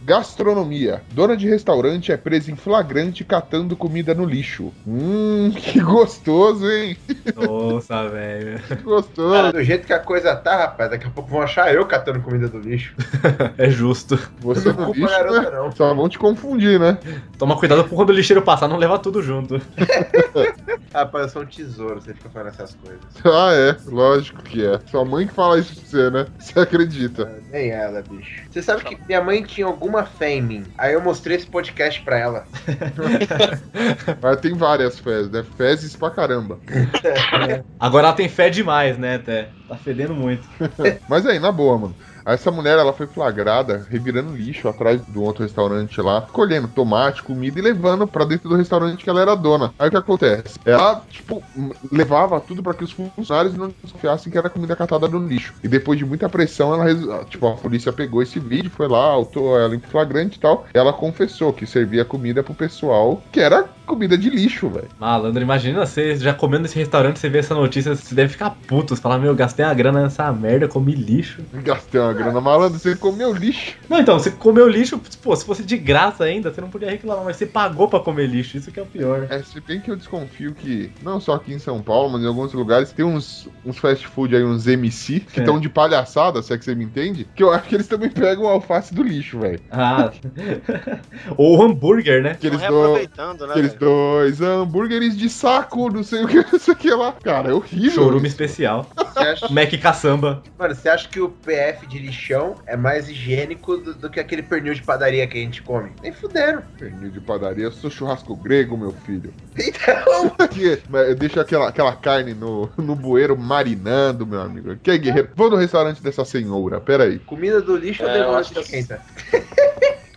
[SPEAKER 2] Gastronomia. Dona de restaurante é presa em flagrante catando comida no lixo. Hum, que gostoso, hein?
[SPEAKER 5] Nossa, velho.
[SPEAKER 2] Que gostoso.
[SPEAKER 1] Cara, do jeito que a coisa tá, rapaz, daqui a pouco vão achar eu catando comida do lixo.
[SPEAKER 5] É justo.
[SPEAKER 2] Você
[SPEAKER 1] Não
[SPEAKER 2] no
[SPEAKER 1] culpa a
[SPEAKER 2] lixo, né?
[SPEAKER 1] garota, não.
[SPEAKER 2] Só vão te confundir, né?
[SPEAKER 5] Toma cuidado pra quando o lixeiro passar, não levar tudo junto.
[SPEAKER 1] Rapaz, eu sou um tesouro, você fica falando essas coisas.
[SPEAKER 2] Ah, é. Lógico que é. Sua mãe que fala isso pra você, né? Você acredita.
[SPEAKER 1] Nem ela, bicho. Você sabe que minha mãe tinha alguma fé em mim. Aí eu mostrei esse podcast pra ela.
[SPEAKER 2] Mas tem várias fezes, né? Fezes pra caramba.
[SPEAKER 5] Agora ela tem fé demais, né, até. Tá fedendo muito.
[SPEAKER 2] Mas aí, na boa, mano. Essa mulher, ela foi flagrada revirando lixo atrás do outro restaurante lá, colhendo tomate, comida e levando pra dentro do restaurante que ela era dona. Aí o que acontece? Ela, tipo, m- levava tudo pra que os funcionários não desconfiassem que era comida catada no lixo. E depois de muita pressão, ela, resu- tipo, a polícia pegou esse vídeo, foi lá, autou ela em flagrante e tal. Ela confessou que servia comida pro pessoal que era comida de lixo, velho.
[SPEAKER 5] Malandro, imagina você já comendo nesse restaurante, você vê essa notícia, você deve ficar puto. Você fala, meu, gastei a grana nessa merda, comi lixo.
[SPEAKER 2] Gastei uma grana malandro, você comeu lixo.
[SPEAKER 5] Não, então, você comeu lixo, pô, se fosse de graça ainda, você não podia reclamar, mas você pagou pra comer lixo, isso que é o pior.
[SPEAKER 2] É, se bem que eu desconfio que, não só aqui em São Paulo, mas em alguns lugares, tem uns, uns fast food aí, uns MC, que
[SPEAKER 5] É.
[SPEAKER 2] estão de palhaçada, se é que você me entende, que eu acho que eles também pegam o alface do lixo, velho.
[SPEAKER 5] Ah. Ou hambúrguer, né?
[SPEAKER 2] Que eles
[SPEAKER 4] Tão
[SPEAKER 2] dão.
[SPEAKER 4] reaproveitando, né?
[SPEAKER 2] Que eles
[SPEAKER 4] velho?
[SPEAKER 2] Dois hambúrgueres de saco, não sei o que, não sei o que lá. Cara, é horrível.
[SPEAKER 5] Chorume especial.
[SPEAKER 1] Você acha,
[SPEAKER 5] Mac caçamba.
[SPEAKER 1] mano, você acha que o PF de lixão é mais higiênico do, do que aquele pernil de padaria que a gente come? Nem fuderam.
[SPEAKER 2] Pernil de padaria, eu sou churrasco grego, meu filho.
[SPEAKER 1] Então,
[SPEAKER 2] Que- mas eu deixo aquela, aquela carne no, no bueiro marinando, meu amigo. Que guerreiro? Vou no restaurante dessa senhora, peraí.
[SPEAKER 1] comida do lixo
[SPEAKER 6] É, eu
[SPEAKER 1] demora
[SPEAKER 6] acho
[SPEAKER 1] pra
[SPEAKER 6] que eu-
[SPEAKER 1] esquentar.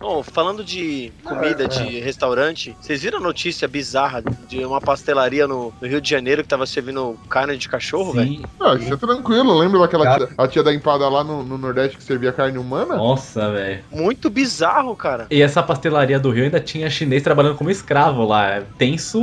[SPEAKER 4] Bom, falando de comida
[SPEAKER 2] É,
[SPEAKER 1] Ah,
[SPEAKER 4] de restaurante, vocês viram a notícia bizarra de uma pastelaria no, no Rio de Janeiro que tava servindo carne de cachorro, velho?
[SPEAKER 5] Sim.
[SPEAKER 2] Ah, isso é tranquilo. Lembra daquela tia, a tia da empada lá no, no Nordeste que servia carne humana?
[SPEAKER 5] Nossa, velho.
[SPEAKER 4] Muito bizarro, cara.
[SPEAKER 5] E essa pastelaria do Rio ainda tinha chinês trabalhando como escravo lá. É Tenso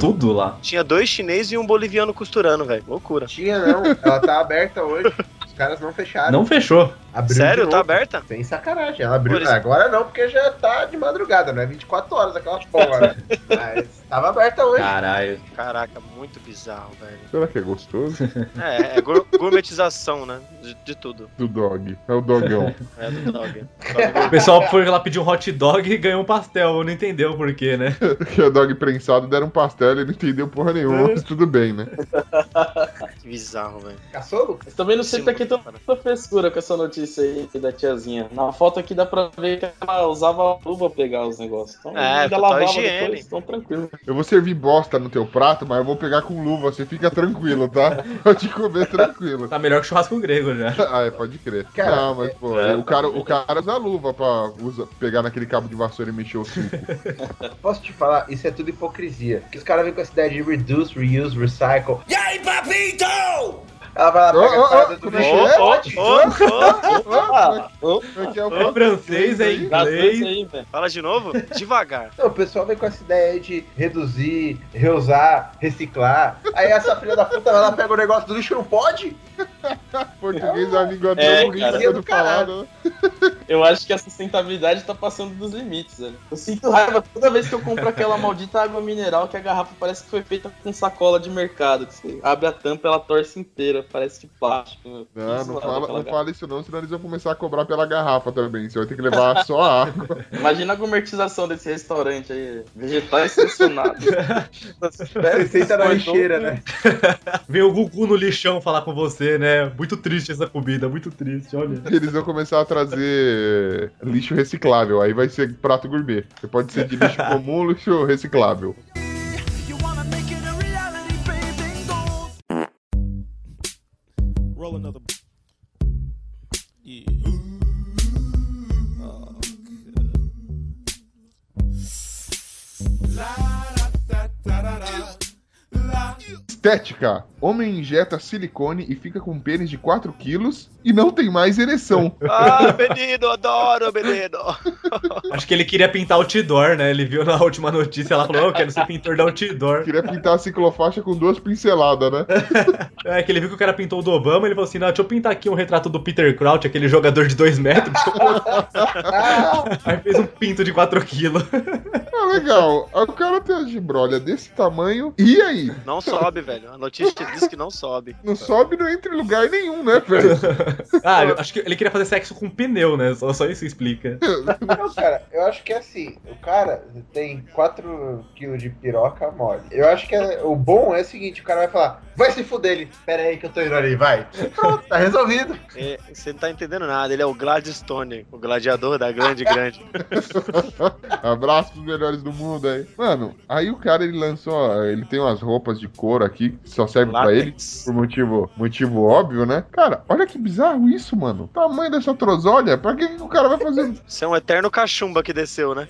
[SPEAKER 5] tudo lá.
[SPEAKER 4] Tinha dois chineses e um boliviano costurando, velho. Loucura.
[SPEAKER 1] Tinha não, ela tá aberta hoje. Os caras não fecharam.
[SPEAKER 5] Não fechou.
[SPEAKER 1] Abriu de
[SPEAKER 4] Sério?
[SPEAKER 1] novo.
[SPEAKER 4] Tá aberta?
[SPEAKER 1] Sem sacanagem, ela abriu.
[SPEAKER 4] Por isso-
[SPEAKER 1] Agora não, porque já tá de madrugada, não é 24 horas aquela porra, né? Mas tava aberta hoje.
[SPEAKER 4] Tá.
[SPEAKER 5] Caralho.
[SPEAKER 4] Caraca, muito bizarro, velho.
[SPEAKER 2] Será que é gostoso?
[SPEAKER 4] É, é gour- gourmetização, né? De, de tudo.
[SPEAKER 2] Do dog. É o dogão.
[SPEAKER 4] É do dog.
[SPEAKER 5] O pessoal foi lá pedir um hot dog e ganhou um pastel. Não entendeu por quê, né?
[SPEAKER 2] Porque é o dog prensado deram um pastel, ele não entendeu porra nenhuma,
[SPEAKER 6] É.
[SPEAKER 2] mas tudo bem, né?
[SPEAKER 4] Que bizarro, velho.
[SPEAKER 1] Caçou?
[SPEAKER 6] Eu também não sei pra que tanta frescura com essa notícia aí da tiazinha. Na foto aqui dá pra ver que ela usava luva pra pegar os negócios. Então,
[SPEAKER 4] É,
[SPEAKER 6] ainda
[SPEAKER 4] total
[SPEAKER 6] lavava
[SPEAKER 4] higiene.
[SPEAKER 6] depois, então tranquilo.
[SPEAKER 2] Eu vou servir bosta no teu prato, mas eu vou pegar com luva, você fica tranquilo, tá? Pode comer tranquilo.
[SPEAKER 5] Tá melhor que churrasco grego já.
[SPEAKER 2] Ah, é, pode crer.
[SPEAKER 1] Cara,
[SPEAKER 2] não, mas pô,
[SPEAKER 6] é.
[SPEAKER 2] o, cara, o cara usa luva pra usa- pegar naquele cabo de vassoura e mexer o suco.
[SPEAKER 1] Posso te falar, isso é tudo hipocrisia. Porque os caras vêm com essa ideia de reduce, reuse, recycle. E aí, papito? Ela vai lá,
[SPEAKER 2] Ô,
[SPEAKER 1] pega
[SPEAKER 2] ô,
[SPEAKER 1] a parada
[SPEAKER 2] ô,
[SPEAKER 1] do
[SPEAKER 2] como
[SPEAKER 1] lixo.
[SPEAKER 2] é?
[SPEAKER 1] É, ótimo.
[SPEAKER 4] Ô, ô,
[SPEAKER 6] Ah,
[SPEAKER 2] Aqui é o
[SPEAKER 5] É francês, é
[SPEAKER 6] dá dança
[SPEAKER 5] inglês.
[SPEAKER 6] aí, velho.
[SPEAKER 4] ô. Fala de novo? Devagar.
[SPEAKER 1] Não, o pessoal vem com essa ideia de reduzir, reusar, reciclar. Aí essa filha da puta, ela pega o negócio do lixo, não pode?
[SPEAKER 2] Português é a língua tão
[SPEAKER 6] É,
[SPEAKER 2] bonita
[SPEAKER 6] cara.
[SPEAKER 2] quando falado. né?
[SPEAKER 6] Eu acho que a sustentabilidade tá passando dos limites, velho. Eu sinto raiva toda vez que eu compro aquela maldita água mineral que a garrafa parece que foi feita com sacola de mercado. Que você abre a tampa ela torce inteira, parece de plástico. meu.
[SPEAKER 2] Não, não
[SPEAKER 6] Zoado
[SPEAKER 2] fala,
[SPEAKER 6] aquela
[SPEAKER 2] não
[SPEAKER 6] garrafa.
[SPEAKER 2] fala isso não, senão eles vão começar a cobrar pela garrafa também. Você vai ter que levar só a água.
[SPEAKER 6] Imagina a gourmetização desse restaurante aí. Vegetais selecionados.
[SPEAKER 1] Receita da Né? lixeira, né?
[SPEAKER 5] Vem o Gugu no lixão falar com você, né? Muito triste essa comida, muito triste, olha.
[SPEAKER 2] Eles vão começar a trazer lixo reciclável. Aí vai ser prato gourmet. Você pode ser de lixo comum, lixo reciclável.
[SPEAKER 10] Roll another. Yeah. Oh, good.
[SPEAKER 2] Estética. Homem injeta silicone e fica com pênis de 4 quilos e não tem mais ereção.
[SPEAKER 4] Ah, menino, adoro, menino.
[SPEAKER 5] Acho que ele queria pintar outdoor, né? Ele viu na última notícia lá, falou, "Oh, eu quero ser pintor da outdoor.
[SPEAKER 2] Queria pintar a ciclofaixa com duas pinceladas, né?
[SPEAKER 5] É que ele viu que o cara pintou o do Obama, ele falou assim, não, deixa eu pintar aqui um retrato do Peter Crouch, aquele jogador de 2 metros. Aí fez um pinto de 4 quilos.
[SPEAKER 2] Ah, legal. O cara tem a gibrolha desse tamanho. E aí?
[SPEAKER 4] Não sobe, velho. A notícia diz que não sobe.
[SPEAKER 2] Não sobe, não entra em lugar nenhum, né, velho?
[SPEAKER 5] Ah, eu acho que ele queria fazer sexo com pneu, né? Só, só isso explica.
[SPEAKER 1] Não, cara, eu acho que é assim, o cara tem 4kg de piroca mole. Eu acho que é- o bom é o seguinte, o cara vai falar, vai se fuder ele, pera aí que eu tô indo ali, vai. Pronto, tá resolvido.
[SPEAKER 4] É, você não tá entendendo nada. Ele é o Gladstone, o gladiador da grande grande.
[SPEAKER 2] Abraço pros melhores do mundo aí. Mano, aí o cara ele lançou. ó, Ele tem umas roupas de couro aqui que só serve pra ele.
[SPEAKER 4] Látex.
[SPEAKER 2] Por motivo, motivo óbvio, né? Cara, olha que bizarro isso, mano. Tamanho dessa trosolha, pra que, que o cara vai fazer
[SPEAKER 4] Você é um eterno cachumba que desceu, né?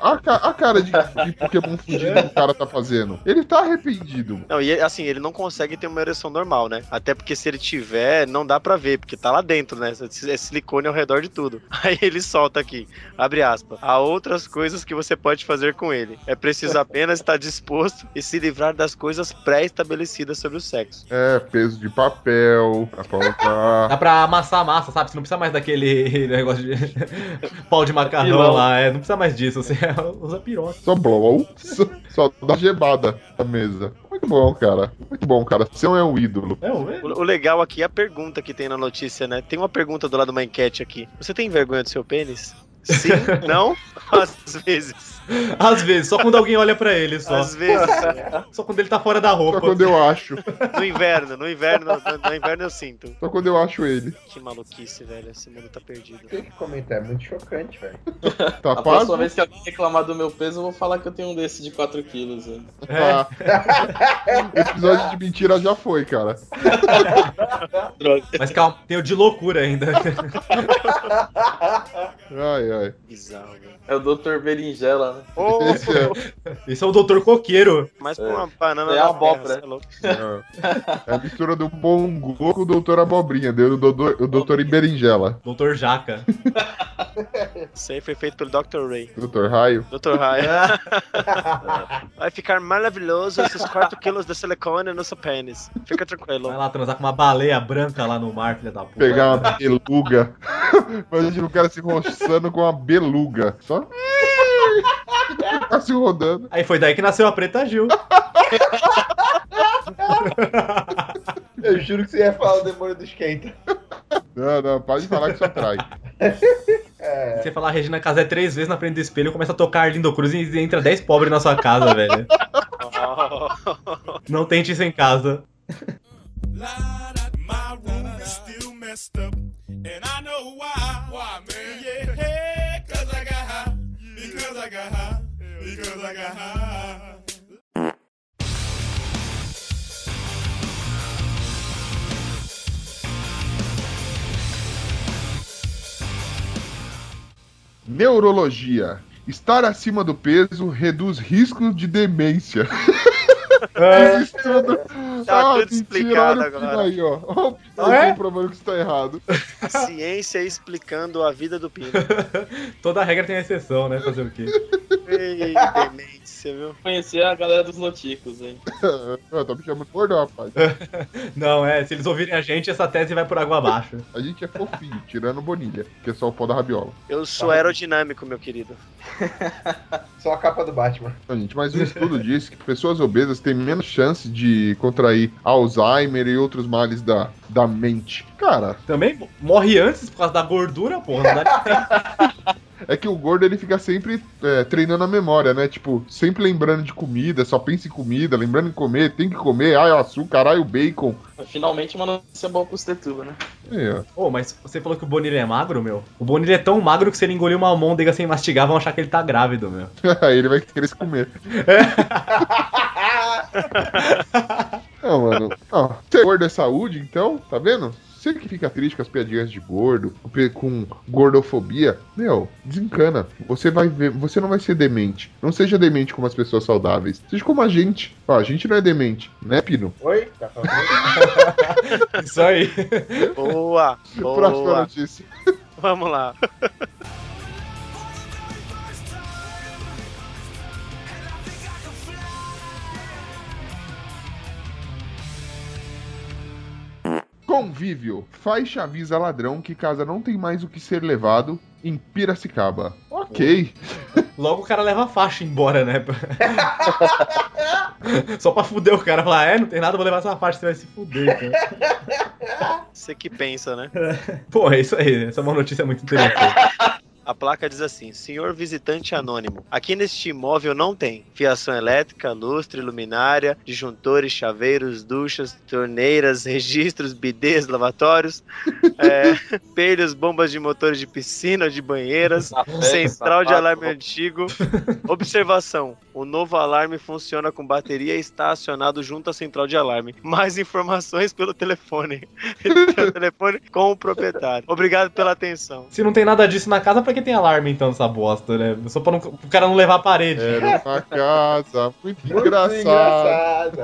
[SPEAKER 2] a, ca- a cara de, de Pokémon fudido que o cara tá fazendo? Ele tá arrependido. mano.
[SPEAKER 4] Não, e assim, ele não consegue ter uma ereção normal, né? Até porque se ele tiver, não dá pra ver, porque tá lá dentro, né? É silicone ao redor de tudo. Aí ele solta aqui, abre aspas. Há outras coisas que você pode fazer com ele. É preciso apenas estar disposto e se livrar das coisas pré-estabelecidas sobre o sexo.
[SPEAKER 2] É, peso de papel, pra colocar.
[SPEAKER 5] Dá pra amassar a massa, sabe? Você não precisa mais daquele negócio de pau de macarrão
[SPEAKER 6] Pilão.
[SPEAKER 5] lá, é. Não precisa mais disso, você usa piroca.
[SPEAKER 2] Só blow, só, só dá gebada na mesa. Muito bom, cara. Muito bom, cara. Você é um ídolo.
[SPEAKER 5] É, ué.
[SPEAKER 4] O o legal aqui é a pergunta que tem na notícia, né? Tem uma pergunta do lado de uma enquete aqui. Você tem vergonha do seu pênis? Sim, não, às vezes.
[SPEAKER 5] Às vezes, só quando alguém olha pra ele, só.
[SPEAKER 4] Às vezes.
[SPEAKER 5] Só quando ele tá fora da
[SPEAKER 2] Só
[SPEAKER 5] roupa.
[SPEAKER 2] quando eu acho.
[SPEAKER 4] No inverno, no inverno, no, no inverno eu sinto.
[SPEAKER 2] Só quando eu acho ele.
[SPEAKER 4] Que maluquice, velho. Esse mundo tá perdido.
[SPEAKER 1] Tem que comentar, é muito chocante, velho.
[SPEAKER 2] Tá
[SPEAKER 6] A próxima
[SPEAKER 2] pago?
[SPEAKER 6] vez que alguém reclamar do meu peso, eu vou falar que eu tenho um desse de 4kg. velho.
[SPEAKER 5] É,
[SPEAKER 2] Tá. O episódio de mentira já foi, cara.
[SPEAKER 6] Droga.
[SPEAKER 5] Mas calma, tem o de loucura ainda.
[SPEAKER 2] Ai, ai.
[SPEAKER 4] Bizarro, velho.
[SPEAKER 6] É o Dr. Berinjela, né?
[SPEAKER 4] Ô,
[SPEAKER 2] Esse é.
[SPEAKER 5] Esse é o Dr. Coqueiro.
[SPEAKER 4] mas pra uma banana
[SPEAKER 6] É
[SPEAKER 4] da
[SPEAKER 6] abóbora.
[SPEAKER 4] terra, cê é louco.
[SPEAKER 2] É a mistura do Bongo com o Doutor Abobrinha, deu o Doutor, o doutor Iberingela.
[SPEAKER 5] Dr. Jaca.
[SPEAKER 4] Isso aí foi feito pelo Dr. Ray.
[SPEAKER 2] Doutor Raio.
[SPEAKER 4] Dr. Raya. Vai ficar maravilhoso esses 4 quilos de silicone no seu pênis. Fica tranquilo.
[SPEAKER 5] Vai lá transar com uma baleia branca lá no mar, filha da puta.
[SPEAKER 2] Pegar uma beluga. Imagina o cara se roçando com uma beluga. Só. Ficar se rodando.
[SPEAKER 5] Aí foi daí que nasceu a Preta Gil.
[SPEAKER 1] Eu juro que você ia falar o demônio do esquenta.
[SPEAKER 2] Não, não, para de falar que isso atrai.
[SPEAKER 5] Você falar Regina Casé três vezes na frente do espelho, começa a tocar Arlindo Cruz e entra 10 pobres na sua casa, velho. Não tente isso em casa.
[SPEAKER 10] Lied up. My room is still messed up, and I know why. Why, man? Yeah, hey, 'cause I got high. Because I got high. Because I got high.
[SPEAKER 2] Neurologia. Estar acima do peso reduz risco de demência. Ah, É. Estudo.
[SPEAKER 4] Tá tudo
[SPEAKER 2] mentira,
[SPEAKER 4] explicado
[SPEAKER 2] olha o pino
[SPEAKER 4] agora.
[SPEAKER 2] Aí, ó. Olha o pino
[SPEAKER 5] Ah, é?
[SPEAKER 2] aqui provando que isso tá errado.
[SPEAKER 4] Ciência explicando a vida do Pino.
[SPEAKER 5] Toda regra tem exceção, né? Fazer o quê?
[SPEAKER 4] Ei, demência, viu?
[SPEAKER 6] Conhecer a galera dos Noticos, hein?
[SPEAKER 2] Ah, tá me chamando de gordo, rapaz.
[SPEAKER 5] Não, é, se eles ouvirem a gente, essa tese vai por água abaixo.
[SPEAKER 2] A gente é fofinho, tirando Bonilha, que é só o pó da rabiola.
[SPEAKER 4] Eu sou aerodinâmico, meu querido.
[SPEAKER 1] Só a capa do Batman.
[SPEAKER 2] Então, gente, mas um estudo disse que pessoas obesas têm menos chance de contrair Alzheimer e outros males da, da mente. Cara,
[SPEAKER 5] Também morre antes por causa da gordura, porra. Não dá de tempo.
[SPEAKER 2] é que o gordo ele fica sempre é, treinando a memória, né? Tipo, sempre lembrando de comida, só pensa em comida, lembrando em comer, tem que comer, ai, o açúcar, ai, o bacon.
[SPEAKER 6] Finalmente uma notícia boa pro Estetuba, né?
[SPEAKER 2] É, ó.
[SPEAKER 5] Ô, mas você falou que o Bonilha é magro, meu? O Bonilha é tão magro que se ele engolir uma almôndega sem mastigar, vão achar que ele tá grávido, meu.
[SPEAKER 2] Aí ele vai querer se comer. Não, mano. Ó, ser gordo é saúde, então, tá vendo? Você que fica triste com as piadinhas de gordo, com gordofobia, meu, desencana. Você vai ver, você não vai ser demente. Não seja demente como as pessoas saudáveis. Seja como a gente. Ó, a gente não é demente, né, Pino?
[SPEAKER 1] Oi? Tá falando?
[SPEAKER 5] Isso aí.
[SPEAKER 4] Boa,
[SPEAKER 2] Próxima
[SPEAKER 4] boa.
[SPEAKER 2] é notícia.
[SPEAKER 4] Vamos lá.
[SPEAKER 2] Convívio. Faixa avisa ladrão que casa não tem mais o que ser levado em Piracicaba. Ok.
[SPEAKER 5] Logo o cara leva a faixa embora, né? Só pra fuder o cara. Falar, é, não tem nada, vou levar essa faixa, você vai se fuder, então." cara.
[SPEAKER 4] Você que pensa, né?
[SPEAKER 5] Pô, é isso aí. Essa é uma notícia muito interessante.
[SPEAKER 4] A placa diz assim: Senhor visitante anônimo, aqui neste imóvel não tem fiação elétrica, lustre, luminária, disjuntores, chaveiros, duchas, torneiras, registros, bidês, lavatórios, é, pelhos, bombas de motores de piscina, de banheiras, central de alarme antigo. Observação: o novo alarme funciona com bateria e está acionado junto à central de alarme. Mais informações pelo telefone. Pelo telefone com o proprietário. Obrigado pela atenção.
[SPEAKER 5] Se não tem nada disso na casa, pra que tem alarme então nessa bosta, né? Só pra não, pro cara não levar a parede.
[SPEAKER 2] Era uma casa muito engraçada.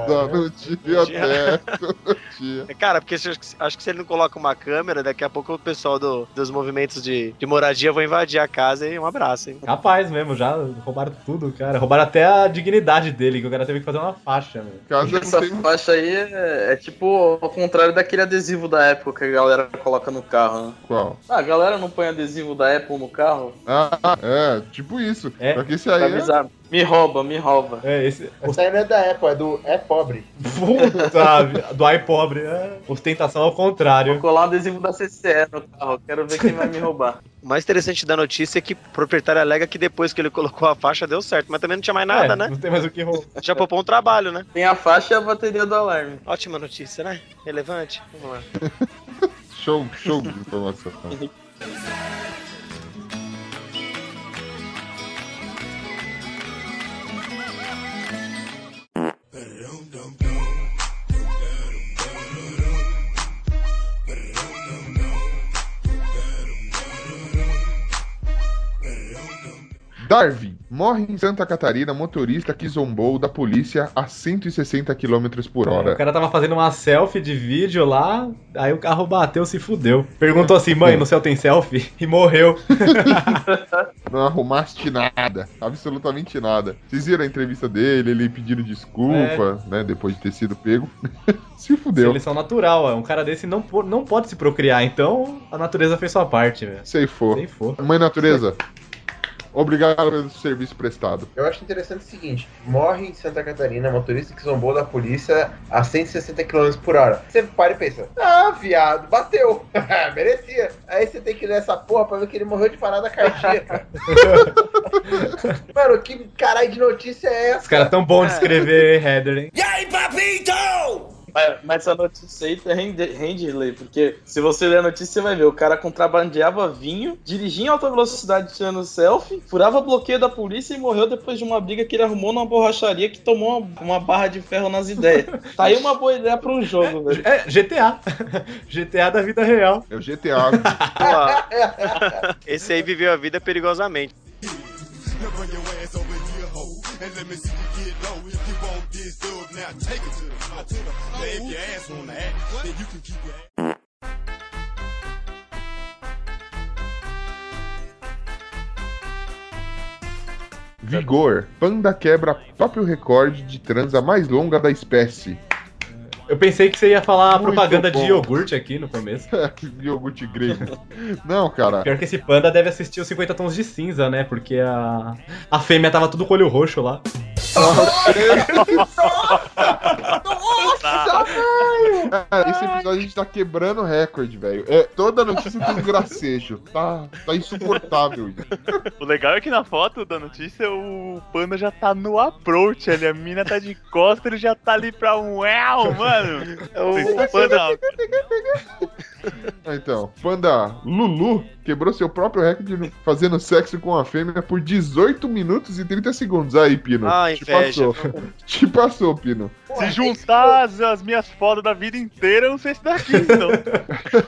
[SPEAKER 2] Só
[SPEAKER 1] Engraçado.
[SPEAKER 2] no dia
[SPEAKER 4] dia.
[SPEAKER 2] até no dia.
[SPEAKER 4] É, Cara, porque se- acho que se ele não coloca uma câmera, daqui a pouco o pessoal do- dos movimentos de, de moradia vão invadir a casa e um abraço, hein?
[SPEAKER 5] Capaz mesmo, já roubaram tudo, cara. Roubaram até a dignidade dele, que o cara teve que fazer uma faixa, né?
[SPEAKER 2] Casa não
[SPEAKER 6] Essa
[SPEAKER 2] tem
[SPEAKER 6] faixa aí é, é tipo ao contrário daquele adesivo da época que a galera coloca no carro, né?
[SPEAKER 2] qual.
[SPEAKER 6] Ah, a galera não põe adesivo da Apple no carro
[SPEAKER 2] Ah, é, tipo isso.
[SPEAKER 5] É.
[SPEAKER 2] Só que esse
[SPEAKER 6] pra
[SPEAKER 2] aí é,
[SPEAKER 6] avisar. Me rouba, me rouba.
[SPEAKER 5] É, esse.
[SPEAKER 1] Essa aí não é da Apple, é do É Pobre.
[SPEAKER 5] Puta, do ai pobre. É. Ostentação ao contrário.
[SPEAKER 6] Vou colar o adesivo da CCE no carro. Quero ver quem vai me roubar.
[SPEAKER 4] O mais interessante da notícia é que o proprietário alega que depois que ele colocou a faixa deu certo, mas também não tinha mais nada,
[SPEAKER 5] É,
[SPEAKER 4] né?
[SPEAKER 5] Não tem mais o que roubar.
[SPEAKER 4] Já poupou um trabalho, né?
[SPEAKER 6] Tem a faixa e a bateria do alarme.
[SPEAKER 4] Ótima notícia, né? Relevante. Vamos lá.
[SPEAKER 2] Show, show de informação. Darwin morre em Santa Catarina motorista que zombou da polícia a 160 km por
[SPEAKER 5] O
[SPEAKER 2] hora.
[SPEAKER 5] cara tava fazendo uma selfie de vídeo lá, aí o carro bateu, se fudeu. Perguntou assim, mãe, no céu tem selfie? E morreu.
[SPEAKER 2] Não arrumaste nada, absolutamente nada. Vocês viram a entrevista dele, ele pedindo desculpa, né, depois de ter sido pego. Se fudeu.
[SPEAKER 5] Seleção natural, ó. um cara desse não, po- não pode se procriar, então a natureza fez sua parte, velho.
[SPEAKER 2] Sei for.
[SPEAKER 5] Sem for.
[SPEAKER 2] Mãe natureza, obrigado pelo serviço prestado.
[SPEAKER 1] Eu acho interessante o seguinte: morre em Santa Catarina motorista que zombou da polícia a 160 km por hora. Você para e pensa: ah, viado, bateu. Merecia. Aí você tem que ler essa porra pra ver que ele morreu de parada cardíaca. Mano, que caralho de notícia é essa?
[SPEAKER 5] Os caras tão bons de escrever, hein, Heather, hein?
[SPEAKER 10] E aí, papito!
[SPEAKER 6] Mas, mas essa notícia aí tá rende, rende lei, porque se você ler a notícia, você vai ver. O cara contrabandeava vinho, dirigia em alta velocidade tirando selfie, furava bloqueio da polícia e morreu depois de uma briga que ele arrumou numa borracharia que tomou uma, uma barra de ferro nas ideias. Tá aí uma boa ideia pra um jogo, velho.
[SPEAKER 5] É, GTA. GTA da vida real.
[SPEAKER 2] É o GTA.
[SPEAKER 4] Ó, Esse aí viveu a vida perigosamente.
[SPEAKER 10] Now bring your ass over here, ho, and let me see you get low. If you want this dub, now take it to the floor. Now if your ass wanna act, then you can keep your ass.
[SPEAKER 2] Vigor. Panda quebra próprio recorde de transa mais longa da espécie.
[SPEAKER 5] Eu pensei que você ia falar
[SPEAKER 2] Muito
[SPEAKER 5] propaganda
[SPEAKER 2] bom.
[SPEAKER 5] de iogurte aqui no começo.
[SPEAKER 2] Iogurte grego. Não, cara.
[SPEAKER 5] Pior que esse panda deve assistir os 50 tons de cinza, né? Porque a, a fêmea tava tudo com o olho roxo lá.
[SPEAKER 7] Tá.
[SPEAKER 2] Cara, esse episódio a gente tá quebrando recorde, velho. É, toda notícia tem um gracejo. Tá, tá insuportável.
[SPEAKER 7] O legal é que na foto da notícia o panda já tá no approach ali. A mina tá de costa, ele já tá ali pra um uau, mano. O panda
[SPEAKER 2] Ah, Então, panda Lulu quebrou seu próprio recorde no- fazendo sexo com a fêmea por 18 minutos e 30 segundos. Aí, Pino.
[SPEAKER 4] Ah,
[SPEAKER 2] te
[SPEAKER 4] inveja.
[SPEAKER 2] passou. Te passou, Pino.
[SPEAKER 7] se juntar as, as minhas fotos da vida inteira, eu não sei se então. dá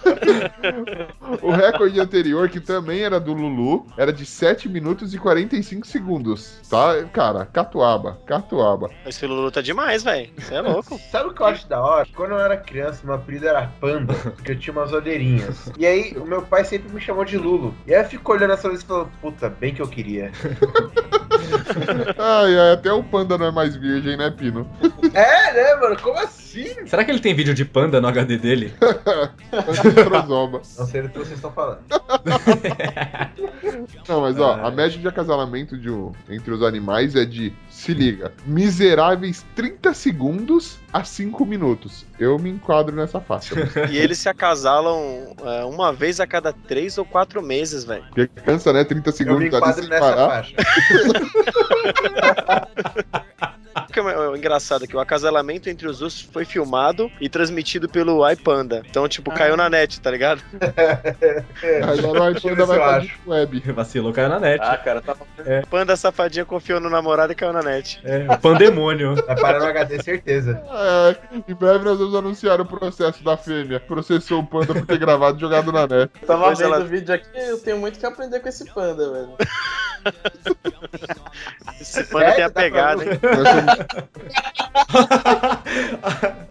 [SPEAKER 7] 15, não.
[SPEAKER 2] O recorde anterior, que também era do Lulu, era de 7 minutos e 45 segundos. Tá, cara? Catuaba, catuaba.
[SPEAKER 4] Esse Lulu tá demais, velho. Você é louco.
[SPEAKER 1] Sabe o que eu acho da hora? Quando eu era criança, meu apelido era Panda, porque eu tinha umas olheirinhas. E aí, o meu pai sempre me chamou de Lulo. E aí eu fico olhando essa luz e falando, puta, bem que eu queria.
[SPEAKER 2] Ai, ai, até o panda não é mais virgem, né, Pino?
[SPEAKER 1] é, né, mano? Como assim?
[SPEAKER 5] Será que ele tem vídeo de panda no HD dele?
[SPEAKER 2] Panda trozoba.
[SPEAKER 1] Não sei do que vocês estão falando.
[SPEAKER 2] Tá Não, mas ó,
[SPEAKER 1] É.
[SPEAKER 5] Ai.
[SPEAKER 2] a média de acasalamento de um- entre os animais é de, se liga, miseráveis 30 segundos a 5 minutos. Eu me enquadro nessa faixa.
[SPEAKER 4] E eles se acasalam é, uma vez a cada três ou quatro meses, velho.
[SPEAKER 2] Porque cansa, né? 30
[SPEAKER 1] Eu me
[SPEAKER 2] segundos ali
[SPEAKER 1] enquadro
[SPEAKER 2] sem
[SPEAKER 1] nessa
[SPEAKER 2] parar.
[SPEAKER 1] faixa.
[SPEAKER 4] O que é o engraçado é que o acasalamento entre os ursos foi filmado e transmitido pelo iPanda. Então, tipo,
[SPEAKER 6] Ah.
[SPEAKER 4] caiu na net, tá ligado?
[SPEAKER 1] É,
[SPEAKER 2] Aí lá no
[SPEAKER 1] Por
[SPEAKER 2] artigo ainda
[SPEAKER 1] isso
[SPEAKER 2] vai
[SPEAKER 1] eu
[SPEAKER 2] pra
[SPEAKER 1] acho.
[SPEAKER 2] Deep web.
[SPEAKER 5] Vacilou, caiu na net.
[SPEAKER 6] Ah, cara, tá
[SPEAKER 4] O Panda safadinha confiou no namorado e caiu na net.
[SPEAKER 5] É, o pandemônio.
[SPEAKER 1] Vai parar no HD, certeza.
[SPEAKER 2] É, em breve nós vamos anunciar o processo da fêmea. Processou o panda por ter gravado e jogado na net.
[SPEAKER 6] Eu tava
[SPEAKER 4] Depois
[SPEAKER 6] vendo
[SPEAKER 4] ela-
[SPEAKER 6] o vídeo aqui, eu tenho muito que aprender com esse panda, velho.
[SPEAKER 4] Esse Panda tem a
[SPEAKER 1] Dá pra
[SPEAKER 4] pegada,
[SPEAKER 1] ver.
[SPEAKER 6] Tá
[SPEAKER 4] hein?
[SPEAKER 2] Nós somos-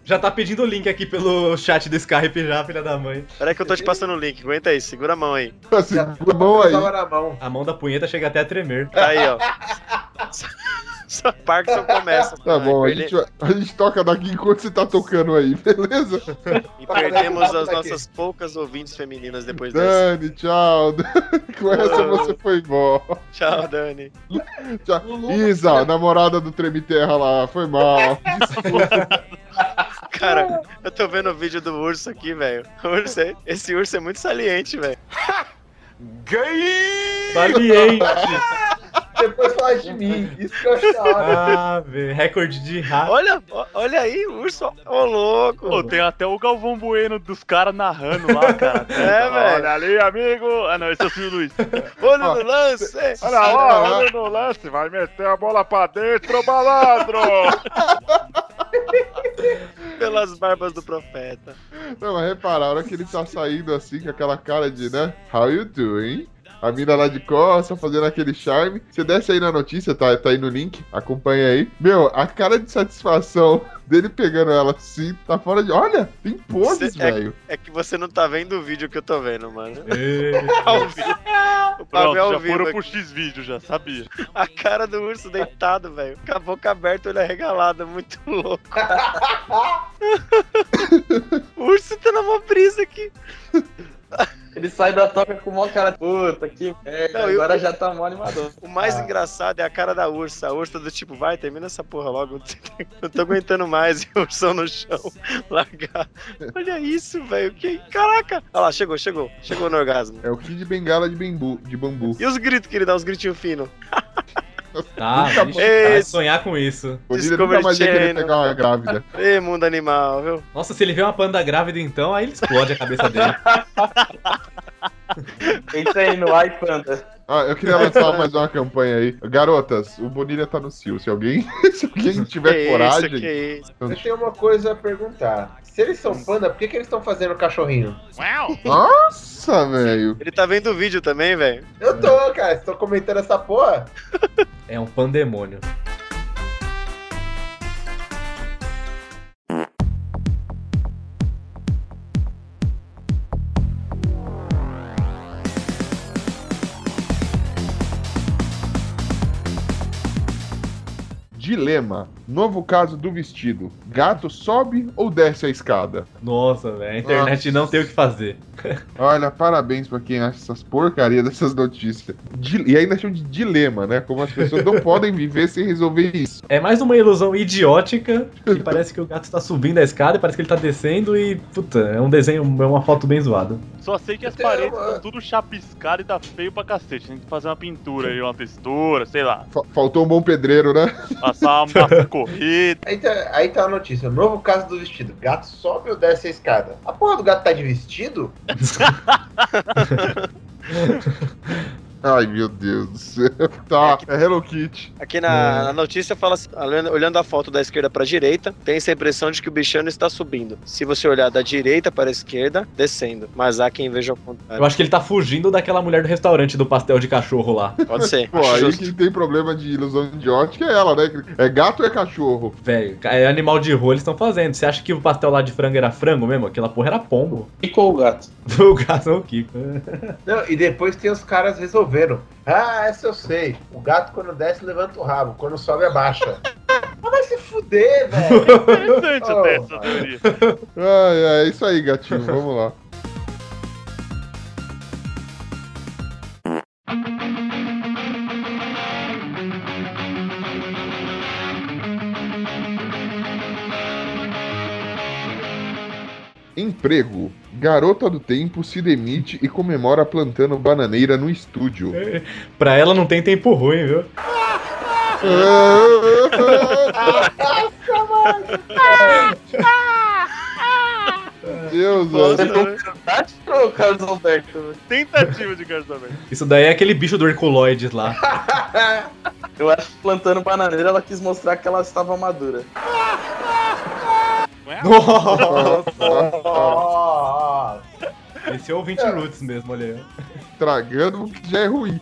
[SPEAKER 5] já tá pedindo o link aqui pelo chat do Skype já, filha da mãe.
[SPEAKER 4] Peraí que eu tô te passando o link, aguenta aí, segura a mão aí.
[SPEAKER 2] assim,
[SPEAKER 1] Já
[SPEAKER 2] tá bom aí.
[SPEAKER 1] tava na mão.
[SPEAKER 5] A mão da punheta chega até a tremer.
[SPEAKER 4] Tá aí, ó. Tá Só Parkinson começa.
[SPEAKER 2] Tá
[SPEAKER 4] mano,
[SPEAKER 2] bom,
[SPEAKER 4] e
[SPEAKER 2] a
[SPEAKER 4] perde-
[SPEAKER 2] gente, vai- a gente toca daqui enquanto você tá tocando aí, beleza?
[SPEAKER 4] E perdemos as nossas poucas ouvintes femininas depois dessa.
[SPEAKER 2] Tá Dani, tchau. Dani, Com essa você foi embora.
[SPEAKER 4] Tchau, Dani.
[SPEAKER 2] Tchau. Isa, namorada do Treme Terra lá, foi mal.
[SPEAKER 4] Cara, eu tô vendo o vídeo do urso aqui, velho. O urso é- Esse urso é muito saliente, velho.
[SPEAKER 5] Saliente!
[SPEAKER 1] Depois fala de mim. Isso que eu acho da hora.
[SPEAKER 5] Ah, velho. Recorde de rato.
[SPEAKER 4] Olha, ó- olha aí, o urso. Ô, louco.
[SPEAKER 7] Pô, tem até o Galvão Bueno dos caras narrando lá, cara.
[SPEAKER 4] É, velho.
[SPEAKER 7] Olha ali, amigo. Ah, não, esse é o Silvio Luiz.
[SPEAKER 4] Olho no lance.
[SPEAKER 7] Olha lá, olha no lance, vai meter a bola pra dentro, malandro!
[SPEAKER 4] Pelas barbas do profeta.
[SPEAKER 2] Não, mas repara, a hora que ele tá saindo assim, com aquela cara de, né? How you doing? A mina lá de costa, fazendo aquele charme. Você desce aí na notícia, tá, tá aí no link, acompanha aí. Meu, a cara de satisfação dele pegando ela assim, tá fora de. Olha, tem poses,
[SPEAKER 4] Cê- é-
[SPEAKER 2] velho.
[SPEAKER 4] É que você não tá vendo o vídeo que eu tô vendo, mano.
[SPEAKER 5] É.
[SPEAKER 4] Ao vivo. O Pablo
[SPEAKER 7] Pronto,
[SPEAKER 4] é ao
[SPEAKER 7] já
[SPEAKER 4] vivo.
[SPEAKER 7] foram
[SPEAKER 4] aqui.
[SPEAKER 7] pro X-Vídeo, já sabia.
[SPEAKER 4] A cara do urso deitado, velho. Com a boca aberta, olho arregalado. Muito louco. o urso tá na mó brisa aqui.
[SPEAKER 6] Ele sai da toca com o maior cara. Puta que merda.
[SPEAKER 4] Não, eu-
[SPEAKER 6] agora já tá mó animador.
[SPEAKER 4] O mais
[SPEAKER 7] Ah.
[SPEAKER 4] engraçado é a cara da ursa. A ursa do tipo, vai, termina essa porra logo. Não tô aguentando mais. E o ursão no chão. Largar. Olha isso, velho. Que... Caraca. Olha lá, chegou, chegou. Chegou no orgasmo.
[SPEAKER 2] É o Kid Bengala de bambu. De bambu.
[SPEAKER 4] E os gritos que ele dá, os gritinhos finos?
[SPEAKER 5] Tá, bicho, vai
[SPEAKER 4] Esse-
[SPEAKER 5] sonhar com isso.
[SPEAKER 2] O Líder nunca mais ia querer
[SPEAKER 4] Channel.
[SPEAKER 2] pegar uma grávida.
[SPEAKER 4] Ê, mundo animal, viu?
[SPEAKER 5] Nossa, se ele vê uma panda grávida, então, aí ele explode a cabeça dele.
[SPEAKER 6] Entra aí no Ai Panda.
[SPEAKER 2] Ah, eu queria lançar mais uma campanha aí. Garotas, o Bonilha tá no Cio. Se alguém, se alguém tiver
[SPEAKER 4] que
[SPEAKER 2] coragem.
[SPEAKER 4] isso, que isso.
[SPEAKER 1] Eu tenho uma coisa a perguntar. Se eles são panda, por que, que eles estão fazendo cachorrinho?
[SPEAKER 2] Nossa, velho.
[SPEAKER 4] Ele tá vendo o vídeo também, velho.
[SPEAKER 1] Eu tô, cara. Estou comentando essa porra.
[SPEAKER 5] É um pandemônio.
[SPEAKER 2] Dilema. Novo caso do vestido. Gato sobe ou desce a escada?
[SPEAKER 5] Nossa, velho. A internet não tem o que fazer.
[SPEAKER 2] Olha, parabéns pra quem acha essas porcaria dessas notícias. Di- E ainda chama de dilema, né? Como as pessoas não podem viver sem resolver isso.
[SPEAKER 5] É mais uma ilusão idiótica que parece que o gato tá subindo a escada, parece que ele tá descendo e. Puta, é um desenho, é uma foto bem zoada.
[SPEAKER 7] Só sei que as
[SPEAKER 1] Tem uma-
[SPEAKER 7] paredes estão tudo chapiscadas e tá feio pra cacete. Tem que fazer uma pintura aí, uma textura, sei lá.
[SPEAKER 2] Fa- faltou um bom pedreiro, né?
[SPEAKER 7] Passar uma massa corrida.
[SPEAKER 1] Aí tá, aí tá a notícia. Novo caso do vestido. Gato sobe ou desce a escada? A porra do gato tá de vestido?
[SPEAKER 2] Ai, meu Deus do céu. Tá, é Hello Kitty.
[SPEAKER 4] Aqui na, na notícia fala, assim, olhando- olhando a foto da esquerda pra direita, tem essa impressão de que o bichano está subindo. Se você olhar da direita para a esquerda, descendo. Mas há quem veja o
[SPEAKER 5] Eu
[SPEAKER 4] contrário.
[SPEAKER 5] acho que ele tá fugindo daquela mulher do restaurante do pastel de cachorro lá.
[SPEAKER 4] Pode ser.
[SPEAKER 2] Pô,
[SPEAKER 4] Acho
[SPEAKER 2] aí
[SPEAKER 4] justo.
[SPEAKER 2] quem tem problema de ilusão de ótica é ela, né? É gato ou é cachorro?
[SPEAKER 5] Velho, é animal de rua eles estão fazendo. Você acha que o pastel lá de frango era frango mesmo? Aquela porra era pombo.
[SPEAKER 6] Ficou o gato.
[SPEAKER 5] O gato é o Kiko.
[SPEAKER 1] Não, e depois tem os caras resolvendo. Ah, essa eu sei. O gato quando desce levanta o rabo, quando sobe abaixa. Mas vai se fuder, velho.
[SPEAKER 7] Interessante
[SPEAKER 1] Oh,
[SPEAKER 7] até essa
[SPEAKER 1] mano.
[SPEAKER 7] teoria.
[SPEAKER 2] Ai, ai, é isso aí, gatinho. Vamos lá. Emprego. Garota do tempo se demite e comemora plantando bananeira no estúdio.
[SPEAKER 5] Pra ela não tem tempo ruim, viu?
[SPEAKER 2] Deus,
[SPEAKER 6] Você
[SPEAKER 2] velho.
[SPEAKER 6] prefere o Tati ou tá o Carlos Alberto? né?
[SPEAKER 7] Tentativa de Carlos Alberto.
[SPEAKER 5] Isso daí é aquele bicho do Herculoides lá.
[SPEAKER 6] Eu acho que plantando bananeira ela quis mostrar que ela estava madura.
[SPEAKER 1] Nossa.
[SPEAKER 5] Esse é o 20 Roots mesmo, olha aí.
[SPEAKER 2] tragando o que já é ruim.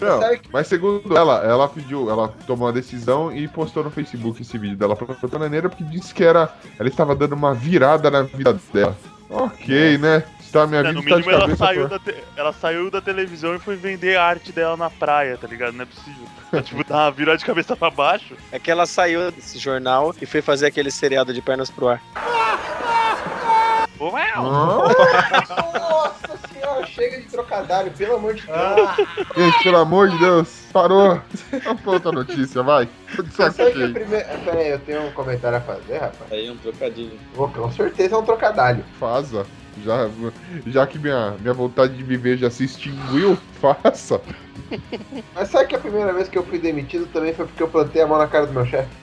[SPEAKER 2] Não,
[SPEAKER 1] Sabe
[SPEAKER 2] mas segundo ela, ela pediu, ela tomou uma decisão e postou no Facebook esse vídeo dela pra bananeira porque disse que era, ela estava dando uma virada na vida dela. Ok, né? Tá, minha
[SPEAKER 7] Né,
[SPEAKER 2] vida tá
[SPEAKER 7] É. no
[SPEAKER 2] de
[SPEAKER 7] mínimo ela
[SPEAKER 2] cabeça
[SPEAKER 7] saiu,
[SPEAKER 2] fora.
[SPEAKER 7] da te- ela saiu da televisão e foi vender a arte dela na praia, tá ligado? Não é possível. Ela, tipo, tá, virou de cabeça pra baixo.
[SPEAKER 4] É que ela saiu desse jornal e foi fazer aquele seriado de pernas pro ar.
[SPEAKER 7] Uau!
[SPEAKER 2] Ah,
[SPEAKER 1] Nossa senhora, chega de trocadilho, pelo amor de Deus.
[SPEAKER 2] gente, pelo amor de Deus, parou. Vamos pra outra notícia, vai. Tô de saco
[SPEAKER 1] Sabe que é a
[SPEAKER 2] cheio.
[SPEAKER 1] primeira... Pera aí, eu tenho um comentário a fazer, rapaz.
[SPEAKER 6] Aí é um trocadilho.
[SPEAKER 1] Vou, com certeza é um trocadilho.
[SPEAKER 2] Faça. Já, já que minha, minha vontade de viver já se extinguiu, faça.
[SPEAKER 1] Mas sabe que a primeira vez que eu fui demitido também foi porque eu plantei a mão na cara do meu chefe?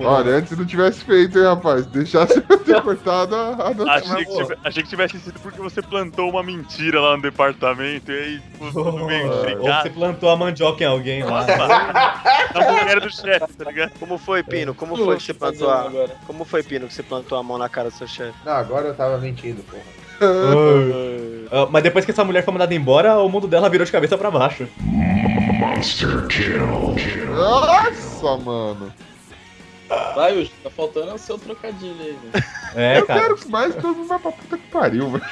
[SPEAKER 2] Olha, antes não tivesse feito, hein, rapaz. Deixasse eu ter cortado a, a
[SPEAKER 7] Achei que,
[SPEAKER 2] notícia.
[SPEAKER 7] tive- achei que tivesse sido porque você plantou uma mentira lá no departamento e aí ficou tudo meio
[SPEAKER 5] é, Ou você
[SPEAKER 7] intrigado.
[SPEAKER 5] plantou a mandioca em alguém lá.
[SPEAKER 7] A mulher do chefe, tá ligado?
[SPEAKER 4] Como foi, Pino? Como
[SPEAKER 6] Não
[SPEAKER 4] foi
[SPEAKER 6] vou
[SPEAKER 4] que você
[SPEAKER 6] fazer
[SPEAKER 4] plantou a...
[SPEAKER 6] agora.
[SPEAKER 4] Como foi, Pino, que você plantou a mão na cara do seu chefe?
[SPEAKER 1] Não, agora eu tava mentindo, porra.
[SPEAKER 5] Oi. Ah, mas depois que essa mulher foi mandada embora, o mundo dela virou de cabeça pra baixo.
[SPEAKER 2] Nossa, mano.
[SPEAKER 6] Vai, Ucho, tá faltando o seu trocadilho aí, né? velho.
[SPEAKER 5] É,
[SPEAKER 2] eu
[SPEAKER 5] cara.
[SPEAKER 2] quero que mais todo mundo vá pra puta que pariu, velho.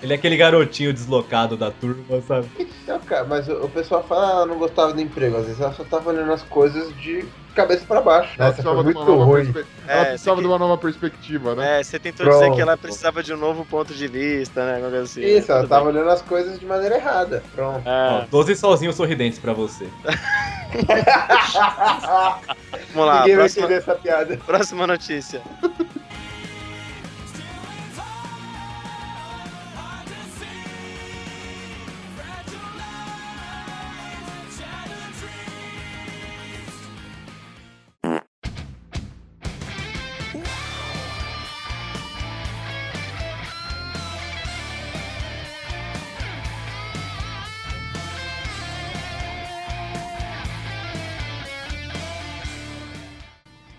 [SPEAKER 5] Ele é aquele garotinho deslocado da turma, sabe?
[SPEAKER 1] Não, Então, cara, mas o, o pessoal fala, ah, eu não gostava do emprego. Às vezes ela só tava olhando as coisas de cabeça pra baixo.
[SPEAKER 2] Ela
[SPEAKER 1] Nossa,
[SPEAKER 2] precisava
[SPEAKER 1] foi
[SPEAKER 2] de
[SPEAKER 1] muito
[SPEAKER 2] uma nova
[SPEAKER 1] ruim.
[SPEAKER 2] perspe- Ela
[SPEAKER 4] É, esse
[SPEAKER 2] precisava
[SPEAKER 4] aqui-
[SPEAKER 2] de uma nova perspectiva, né?
[SPEAKER 4] É, você tentou
[SPEAKER 1] Pronto.
[SPEAKER 4] dizer que ela precisava de um novo ponto de vista, né? Alguma coisa assim.
[SPEAKER 1] Isso, ela
[SPEAKER 4] Tudo
[SPEAKER 1] tava olhando as coisas de maneira errada. Pronto.
[SPEAKER 4] bem. É,
[SPEAKER 5] Ó, 12 solzinhos sorridentes pra você.
[SPEAKER 4] vamos lá,
[SPEAKER 1] Ninguém vai
[SPEAKER 4] próxima,
[SPEAKER 1] entender essa piada.
[SPEAKER 4] próxima notícia.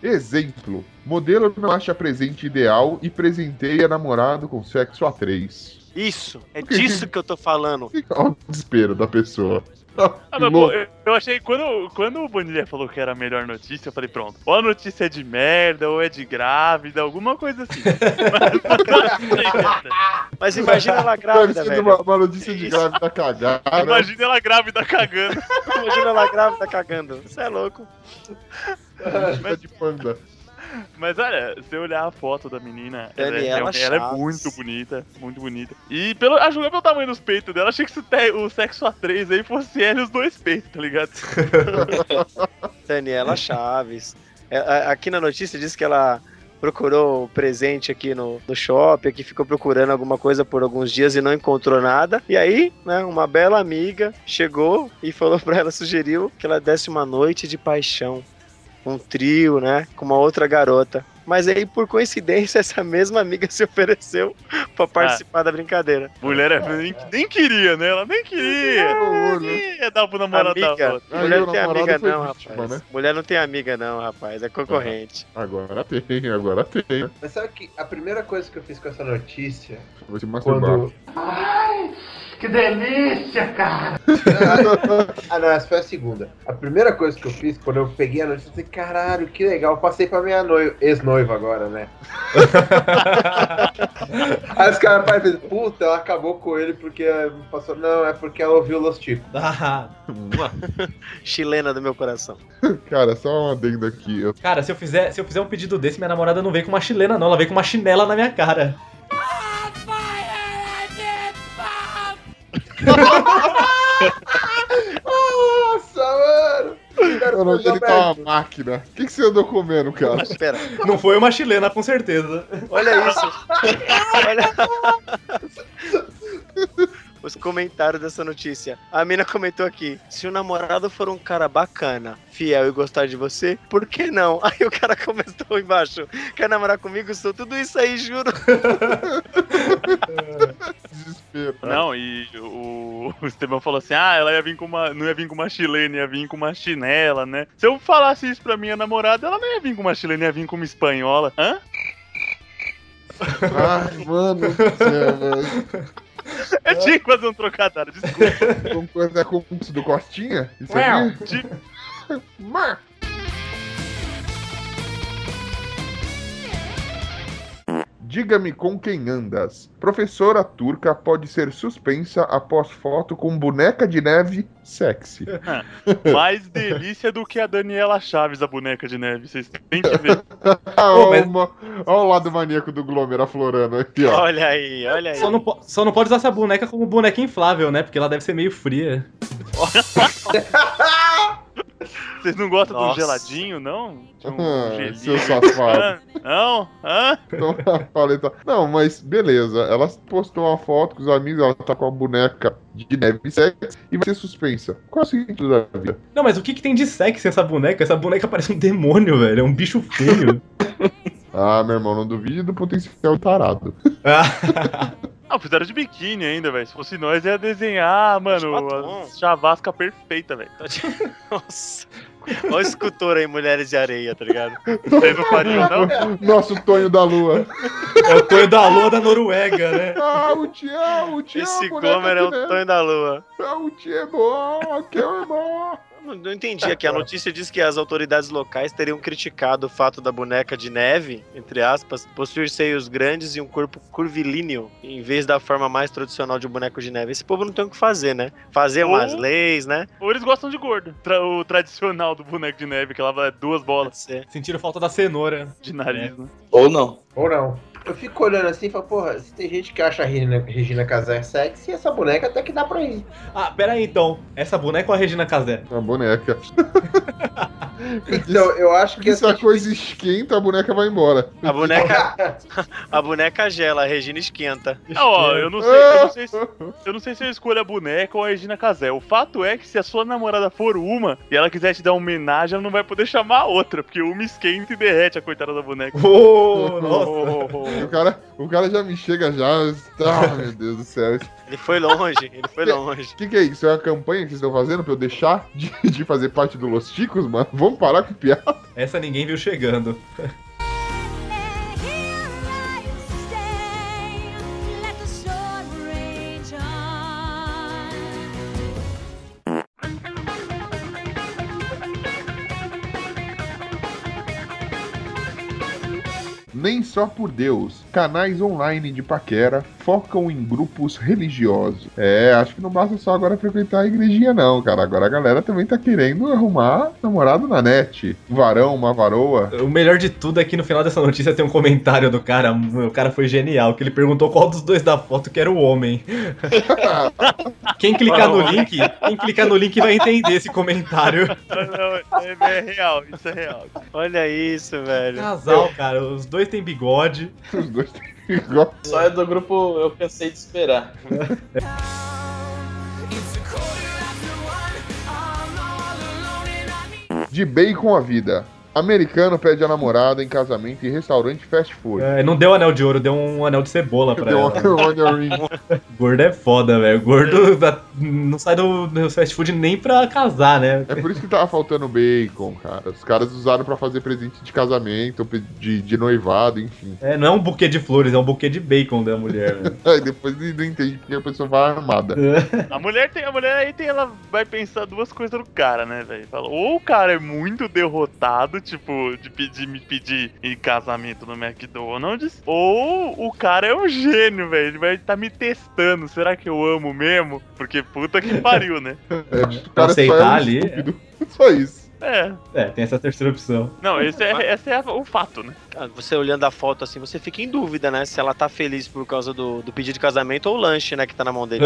[SPEAKER 2] Exemplo: modelo não acha presente ideal e presenteia namorado com sexo a três.
[SPEAKER 4] Isso, é disso que eu tô falando.
[SPEAKER 2] Olha o desespero da pessoa.
[SPEAKER 7] Ah, mas, pô,
[SPEAKER 2] Louco.
[SPEAKER 7] eu, eu achei quando, quando o Bonilha falou que era a melhor notícia, eu falei, pronto, ou a notícia é de merda, ou é de grávida, alguma coisa assim.
[SPEAKER 4] Mas imagina ela
[SPEAKER 2] Deve
[SPEAKER 4] grávida,
[SPEAKER 2] ser
[SPEAKER 4] velho.
[SPEAKER 2] Tá uma, uma notícia de
[SPEAKER 4] Isso.
[SPEAKER 2] grávida cagada. né?
[SPEAKER 7] Imagina ela grávida cagando.
[SPEAKER 4] Imagina ela grávida cagando. Isso é louco.
[SPEAKER 2] né, de panda.
[SPEAKER 7] Mas olha, se eu olhar a foto da menina, ela, é-
[SPEAKER 4] Daniela
[SPEAKER 7] ela é, ela é
[SPEAKER 4] Chaves.
[SPEAKER 7] muito bonita, muito bonita. E pelo, a julgar pelo tamanho dos peitos dela, achei que se te- o sexo a três aí fosse ela e os dois peitos, tá ligado?
[SPEAKER 4] Daniela Chaves. É, a- Aqui na notícia diz que ela procurou o presente aqui no, no shopping, que ficou procurando alguma coisa por alguns dias e não encontrou nada. E aí, né, uma bela amiga chegou e falou pra ela, sugeriu que ela desse uma noite de paixão. Um trio, né, com uma outra garota. Mas aí, por coincidência, essa mesma amiga se ofereceu pra participar da brincadeira.
[SPEAKER 7] Mulher é- nem, nem queria, né? Ela nem queria.
[SPEAKER 2] Ô, né?
[SPEAKER 7] Nem ia dar pro namorado da
[SPEAKER 4] Amiga.
[SPEAKER 7] outra.
[SPEAKER 2] Aí
[SPEAKER 4] Mulher
[SPEAKER 2] o
[SPEAKER 4] não tem
[SPEAKER 2] namorado
[SPEAKER 4] amiga
[SPEAKER 2] foi
[SPEAKER 4] não,
[SPEAKER 2] vítima,
[SPEAKER 4] rapaz.
[SPEAKER 2] né?
[SPEAKER 4] Mulher não tem amiga não, rapaz. É concorrente.
[SPEAKER 2] Agora tem, agora tem. né?
[SPEAKER 1] Mas sabe que a primeira coisa que eu fiz com essa notícia
[SPEAKER 2] Vou te masturbar.
[SPEAKER 1] quando. Ai, que delícia, cara! ah, não, essa foi a segunda. A primeira coisa que eu fiz quando eu peguei a notícia, eu falei, caralho, que legal, eu passei pra minha noiva, ex-noiva agora, né? Aí os caras pai fez, puta, ela acabou com ele porque eh, passou. Não, é porque ela ouviu Los Tipos.
[SPEAKER 5] Ah,
[SPEAKER 4] Chilena do meu coração.
[SPEAKER 2] Cara, só um adendo aqui. Eu
[SPEAKER 5] cara, se eu, fizer, se eu fizer um pedido desse, minha namorada não veio com uma chilena, não. Ela veio com uma chinela na minha cara.
[SPEAKER 1] Nossa, mano!
[SPEAKER 2] Cara, o nome dele tá uma máquina. O que, que você andou comendo, cara?
[SPEAKER 4] Mas pera,
[SPEAKER 5] Não foi uma chilena, com certeza.
[SPEAKER 4] olha isso. olha... Os comentários dessa notícia. A mina comentou aqui: se o namorado for um cara bacana, fiel e gostar de você, por que não? Aí o cara comentou embaixo: quer namorar comigo? Sou tudo isso aí, juro.
[SPEAKER 2] Desespero.
[SPEAKER 7] Não, e o, o Estevão falou assim: ah, ela ia vir com uma. Não ia vir com uma chilena, ia vir com uma chinela, né? Se eu falasse isso pra minha namorada, ela não ia vir com uma chilena, ia vir com uma espanhola. Hã?
[SPEAKER 2] Ai, mano do céu, velho.
[SPEAKER 4] É.
[SPEAKER 7] Eu tinha que fazer um trocadilho, desculpa.
[SPEAKER 2] Como coisa com isso do Costinha? Isso aqui?
[SPEAKER 7] Tipo,
[SPEAKER 2] Mar. Diga-me com quem andas. Professora turca pode ser suspensa após foto com boneca de neve sexy. É.
[SPEAKER 7] Mais delícia do que a Daniela Chaves, a boneca de neve. Vocês têm que ver.
[SPEAKER 5] Ô,
[SPEAKER 2] Ah, Olha
[SPEAKER 5] mas-
[SPEAKER 2] o lado maníaco do Glomer aflorando aqui, ó.
[SPEAKER 4] Olha aí, olha aí.
[SPEAKER 5] Só não, po- só não pode usar essa boneca como boneca inflável, né? Porque ela deve ser meio fria.
[SPEAKER 7] Vocês não gostam de um
[SPEAKER 4] Nossa.
[SPEAKER 7] geladinho, não? De um
[SPEAKER 2] Ah, seu
[SPEAKER 7] gelinho?
[SPEAKER 2] safado.
[SPEAKER 7] Hã? Não? Hã?
[SPEAKER 2] Então, a paleta- Não, mas beleza. Ela postou uma foto com os amigos, ela tá com a boneca de neve sexy e vai ser suspensa. Qual é o seguinte da vida?
[SPEAKER 5] Não, mas o que, que tem de sexy essa boneca? Essa boneca parece um demônio, velho. É um bicho feio.
[SPEAKER 2] Ah, meu irmão, não duvide do potencial tarado.
[SPEAKER 5] Ah,
[SPEAKER 7] Ah, fizeram de biquíni ainda, velho. Se fosse nós, ia desenhar, mano,
[SPEAKER 4] batom.
[SPEAKER 7] a chavasca perfeita, velho.
[SPEAKER 4] Nossa. Olha o escultor aí, Mulheres de Areia, tá ligado?
[SPEAKER 7] Vocês não fariam, não?
[SPEAKER 2] Nosso Tonho da Lua.
[SPEAKER 5] é o Tonho da Lua da Noruega, né?
[SPEAKER 2] Ah, o Tião, o Tião.
[SPEAKER 4] Esse Gomer é o Tonho da Lua.
[SPEAKER 2] O Tião é bom, que é bom.
[SPEAKER 4] Eu Não, não entendi aqui. A notícia diz que as autoridades locais teriam criticado o fato da boneca de neve, entre aspas, possuir seios grandes e um corpo curvilíneo, em vez da forma mais tradicional de um boneco de neve. Esse povo não tem o que fazer, né? Fazer
[SPEAKER 7] Ou-
[SPEAKER 4] umas leis, né?
[SPEAKER 7] Ou eles gostam de gordo. Tra- o tradicional do boneco de neve, que lava duas bolas
[SPEAKER 4] Pode ser.
[SPEAKER 5] Sentiram falta da cenoura.
[SPEAKER 7] de nariz,
[SPEAKER 4] É.
[SPEAKER 7] né?
[SPEAKER 6] Ou não.
[SPEAKER 1] Ou não. Eu fico olhando assim e falo, porra, se tem gente que acha a Regina, Regina Casé sexy, essa boneca até que dá pra ir.
[SPEAKER 5] Ah, pera aí então. Essa boneca ou a Regina Casé?
[SPEAKER 2] A boneca.
[SPEAKER 1] Então, eu acho que
[SPEAKER 2] Porque se
[SPEAKER 1] essa
[SPEAKER 2] a coisa esquenta, a boneca vai embora.
[SPEAKER 4] A boneca, a boneca gela, a Regina esquenta.
[SPEAKER 7] Ah, ó, eu não sei, eu não sei se, eu não sei se eu escolho a boneca ou a Regina Casé. O fato é que se a sua namorada for uma e ela quiser te dar uma homenagem, ela não vai poder chamar a outra, porque uma esquenta e derrete a coitada da boneca.
[SPEAKER 5] Ô, nossa.
[SPEAKER 2] O cara, o cara já me chega já. Ah, meu Deus do céu.
[SPEAKER 4] Ele foi longe, ele foi longe.
[SPEAKER 2] O que, que é isso? É uma campanha que vocês estão fazendo pra eu deixar de, de fazer parte do Los Chicos, mano? Vamos parar com piada.
[SPEAKER 5] Essa ninguém viu chegando.
[SPEAKER 2] Nem só por Deus. Canais online de paquera focam em grupos religiosos. É, acho que não basta só agora frequentar a igrejinha, não, cara. Agora a galera também tá querendo arrumar namorado na net. Um varão, uma varoa.
[SPEAKER 5] O melhor de tudo é que no final dessa notícia tem um comentário do cara. O cara foi genial, que ele perguntou qual dos dois da foto que era o homem. Quem clicar no link, quem clicar no link vai entender esse comentário.
[SPEAKER 7] Não, não, é, é real, isso é real.
[SPEAKER 4] Olha isso, velho.
[SPEAKER 5] Casal, cara, os dois têm bigode.
[SPEAKER 2] Os dois têm igual.
[SPEAKER 6] Só é do grupo Eu Cansei de Esperar.
[SPEAKER 2] De bem com a vida. Americano pede a namorada em casamento em restaurante fast food.
[SPEAKER 5] É, não deu anel de ouro, deu um anel de cebola pra
[SPEAKER 2] Deu
[SPEAKER 5] ela.
[SPEAKER 2] uma Onion um Ring.
[SPEAKER 5] Gordo é foda, velho.
[SPEAKER 2] É.
[SPEAKER 5] Gordo da- não sai do, do fast food nem pra casar, né?
[SPEAKER 2] É por isso que tava faltando bacon, cara. Os caras usaram pra fazer presente de casamento, de, de noivado, enfim.
[SPEAKER 5] É, não é um buquê de flores, é um buquê de bacon da mulher, velho.
[SPEAKER 2] Aí depois não entende porque a pessoa vai armada.
[SPEAKER 7] A mulher, tem, a mulher aí tem, ela vai pensar duas coisas do cara, né, velho? Fala, Ou o cara é muito derrotado, tipo, de pedir, me pedir em casamento no McDonald's, ou o cara é um gênio, velho. Ele vai estar me testando. Será que eu amo mesmo? Porque puta que pariu, né?
[SPEAKER 2] É, o
[SPEAKER 5] Pra
[SPEAKER 2] cara só é
[SPEAKER 5] aceitar
[SPEAKER 2] um
[SPEAKER 5] ali,
[SPEAKER 2] estúpido. Só isso.
[SPEAKER 7] É.
[SPEAKER 5] É, tem essa terceira opção.
[SPEAKER 7] Não, esse é, esse é o fato, né?
[SPEAKER 4] Cara, Ah, Você olhando a foto assim, você fica em dúvida, né? Se ela tá feliz por causa do, do pedido de casamento ou o lanche, né? Que tá na mão dele.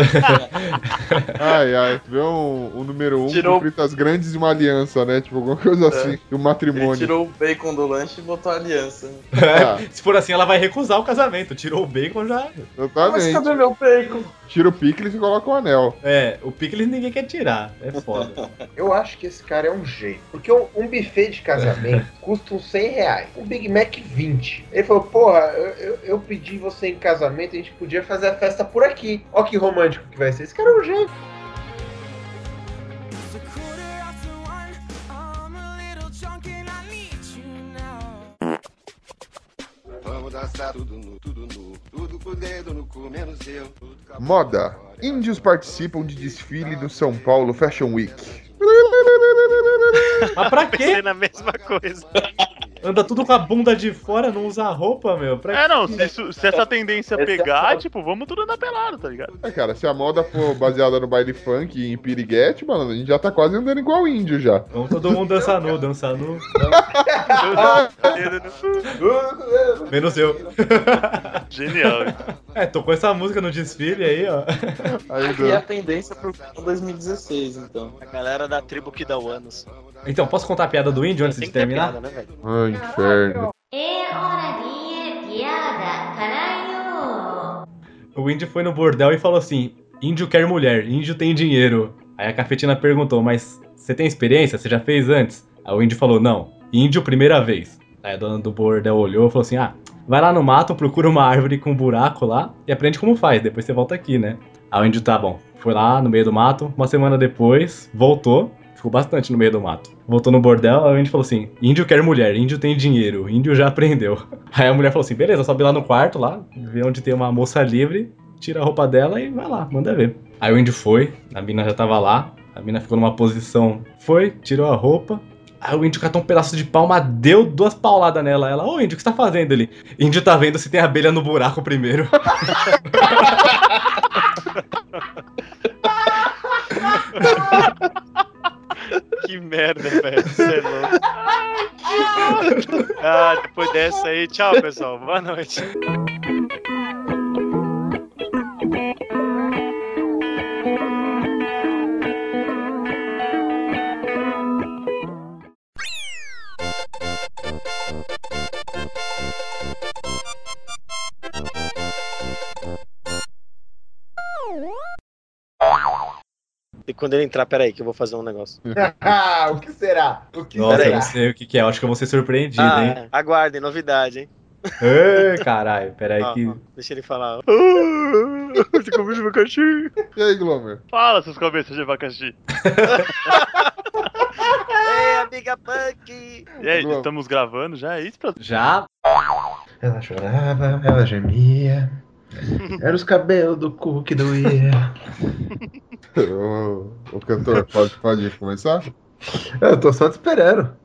[SPEAKER 2] Ai, ai. Tu vê um, um número um
[SPEAKER 6] Tirou- É.
[SPEAKER 2] com fritas grandes e uma aliança, né? Tipo, alguma coisa assim. E um
[SPEAKER 6] Ele
[SPEAKER 2] matrimônio.
[SPEAKER 6] tirou o bacon do lanche e botou a aliança.
[SPEAKER 2] Ah,
[SPEAKER 5] Se for assim, ela vai recusar o casamento. Tirou o bacon já.
[SPEAKER 6] Mas
[SPEAKER 2] exatamente.
[SPEAKER 6] cadê meu bacon?
[SPEAKER 2] Tira o picles e coloca o anel.
[SPEAKER 5] É, o picles ninguém quer tirar. É foda.
[SPEAKER 1] Eu acho que esse cara é um jeito. Porque um, um buffet de casamento custa uns 100 reais. Um Big Mac, 20. Ele falou, porra, eu, eu, eu pedi você em casamento, a gente podia fazer a festa por aqui. Ó que romântico que vai ser. Esse cara é um jeito.
[SPEAKER 10] Vamos dançar tudo nu, tudo nu, tudo com o dedo no cu, menos eu. tudo com a
[SPEAKER 2] Moda.
[SPEAKER 10] boca.
[SPEAKER 2] Índios participam de desfile do São Paulo Fashion Week.
[SPEAKER 5] Mas pra quê?
[SPEAKER 4] Pensei na mesma coisa.
[SPEAKER 5] Anda tudo com a bunda de fora, não usa roupa, meu. Pra
[SPEAKER 7] É, não, se, isso- se essa tendência
[SPEAKER 6] Essa é a
[SPEAKER 7] pegar,
[SPEAKER 6] foda.
[SPEAKER 7] tipo, vamos tudo andar pelado, tá ligado?
[SPEAKER 2] É, cara, se a moda for baseada no baile funk e em piriguete, mano, a gente já tá quase andando igual índio já.
[SPEAKER 5] Vamos todo mundo dançar nu, dançar nu. Menos eu.
[SPEAKER 7] Genial.
[SPEAKER 5] É, tocou essa música no desfile aí, ó.
[SPEAKER 2] Aí,
[SPEAKER 6] E a
[SPEAKER 2] Dan,
[SPEAKER 6] tendência pro verão 2016, então.
[SPEAKER 4] A galera da tribo que dá o anos.
[SPEAKER 5] Então, posso contar a piada do índio antes
[SPEAKER 4] Tem
[SPEAKER 5] de
[SPEAKER 4] que ter
[SPEAKER 5] terminar?
[SPEAKER 4] piada, né, velho?
[SPEAKER 2] Ai, Ah, inferno.
[SPEAKER 8] えー、オラディエ、ピアーダ、からよー。
[SPEAKER 5] O índio foi no bordel e falou assim: Índio quer mulher, índio tem dinheiro. Aí a cafetina perguntou: Mas você tem experiência? Você já fez antes? Aí o índio falou: Não, índio primeira vez. Aí a dona do bordel olhou e falou assim: Ah, vai lá no mato, procura uma árvore com um buraco lá e aprende como faz, depois você volta aqui, né? Aí o índio tá bom. Foi lá no meio do mato, uma semana depois, voltou. Ficou bastante no meio do mato. Voltou no bordel, aí o índio falou assim: Índio quer mulher, índio tem dinheiro, índio já aprendeu. Aí a mulher falou assim: beleza, sobe lá no quarto, lá, vê onde tem uma moça livre, tira a roupa dela e vai lá, manda ver. Aí o índio foi, a mina já tava lá, a mina ficou numa posição, foi, tirou a roupa. Aí o índio catou um pedaço de palma, deu duas pauladas nela. Ela, ô índio, o que você tá fazendo ali? Índio tá vendo se tem abelha no buraco primeiro.
[SPEAKER 4] Que merda, velho. Você é louco. Ah, depois dessa aí, tchau, pessoal. Boa noite. E quando ele entrar, peraí, que eu vou fazer um negócio.
[SPEAKER 1] Ah, o que será? O que
[SPEAKER 5] Nossa, eu
[SPEAKER 1] será?
[SPEAKER 5] não sei o que, que é, eu acho que eu vou ser surpreendido,
[SPEAKER 4] Ah,
[SPEAKER 5] hein?
[SPEAKER 4] é. aguardem, novidade, hein?
[SPEAKER 5] Ê, caralho, peraí
[SPEAKER 4] Ó,
[SPEAKER 5] É que.
[SPEAKER 4] ó, deixa ele falar. ó.
[SPEAKER 7] Você comeu de abacaxi?
[SPEAKER 2] E aí, Glomer?
[SPEAKER 7] Fala, seus cabeças de abacaxi.
[SPEAKER 4] Ei, amiga punk!
[SPEAKER 7] E aí,
[SPEAKER 2] Glomer.
[SPEAKER 7] estamos gravando já? É isso, pra...
[SPEAKER 5] Já?
[SPEAKER 1] Ela chorava, ela gemia. Era os cabelos do cu que doía.
[SPEAKER 2] Ô, ô, cantor, pode, pode começar?
[SPEAKER 1] Eu tô só te esperando.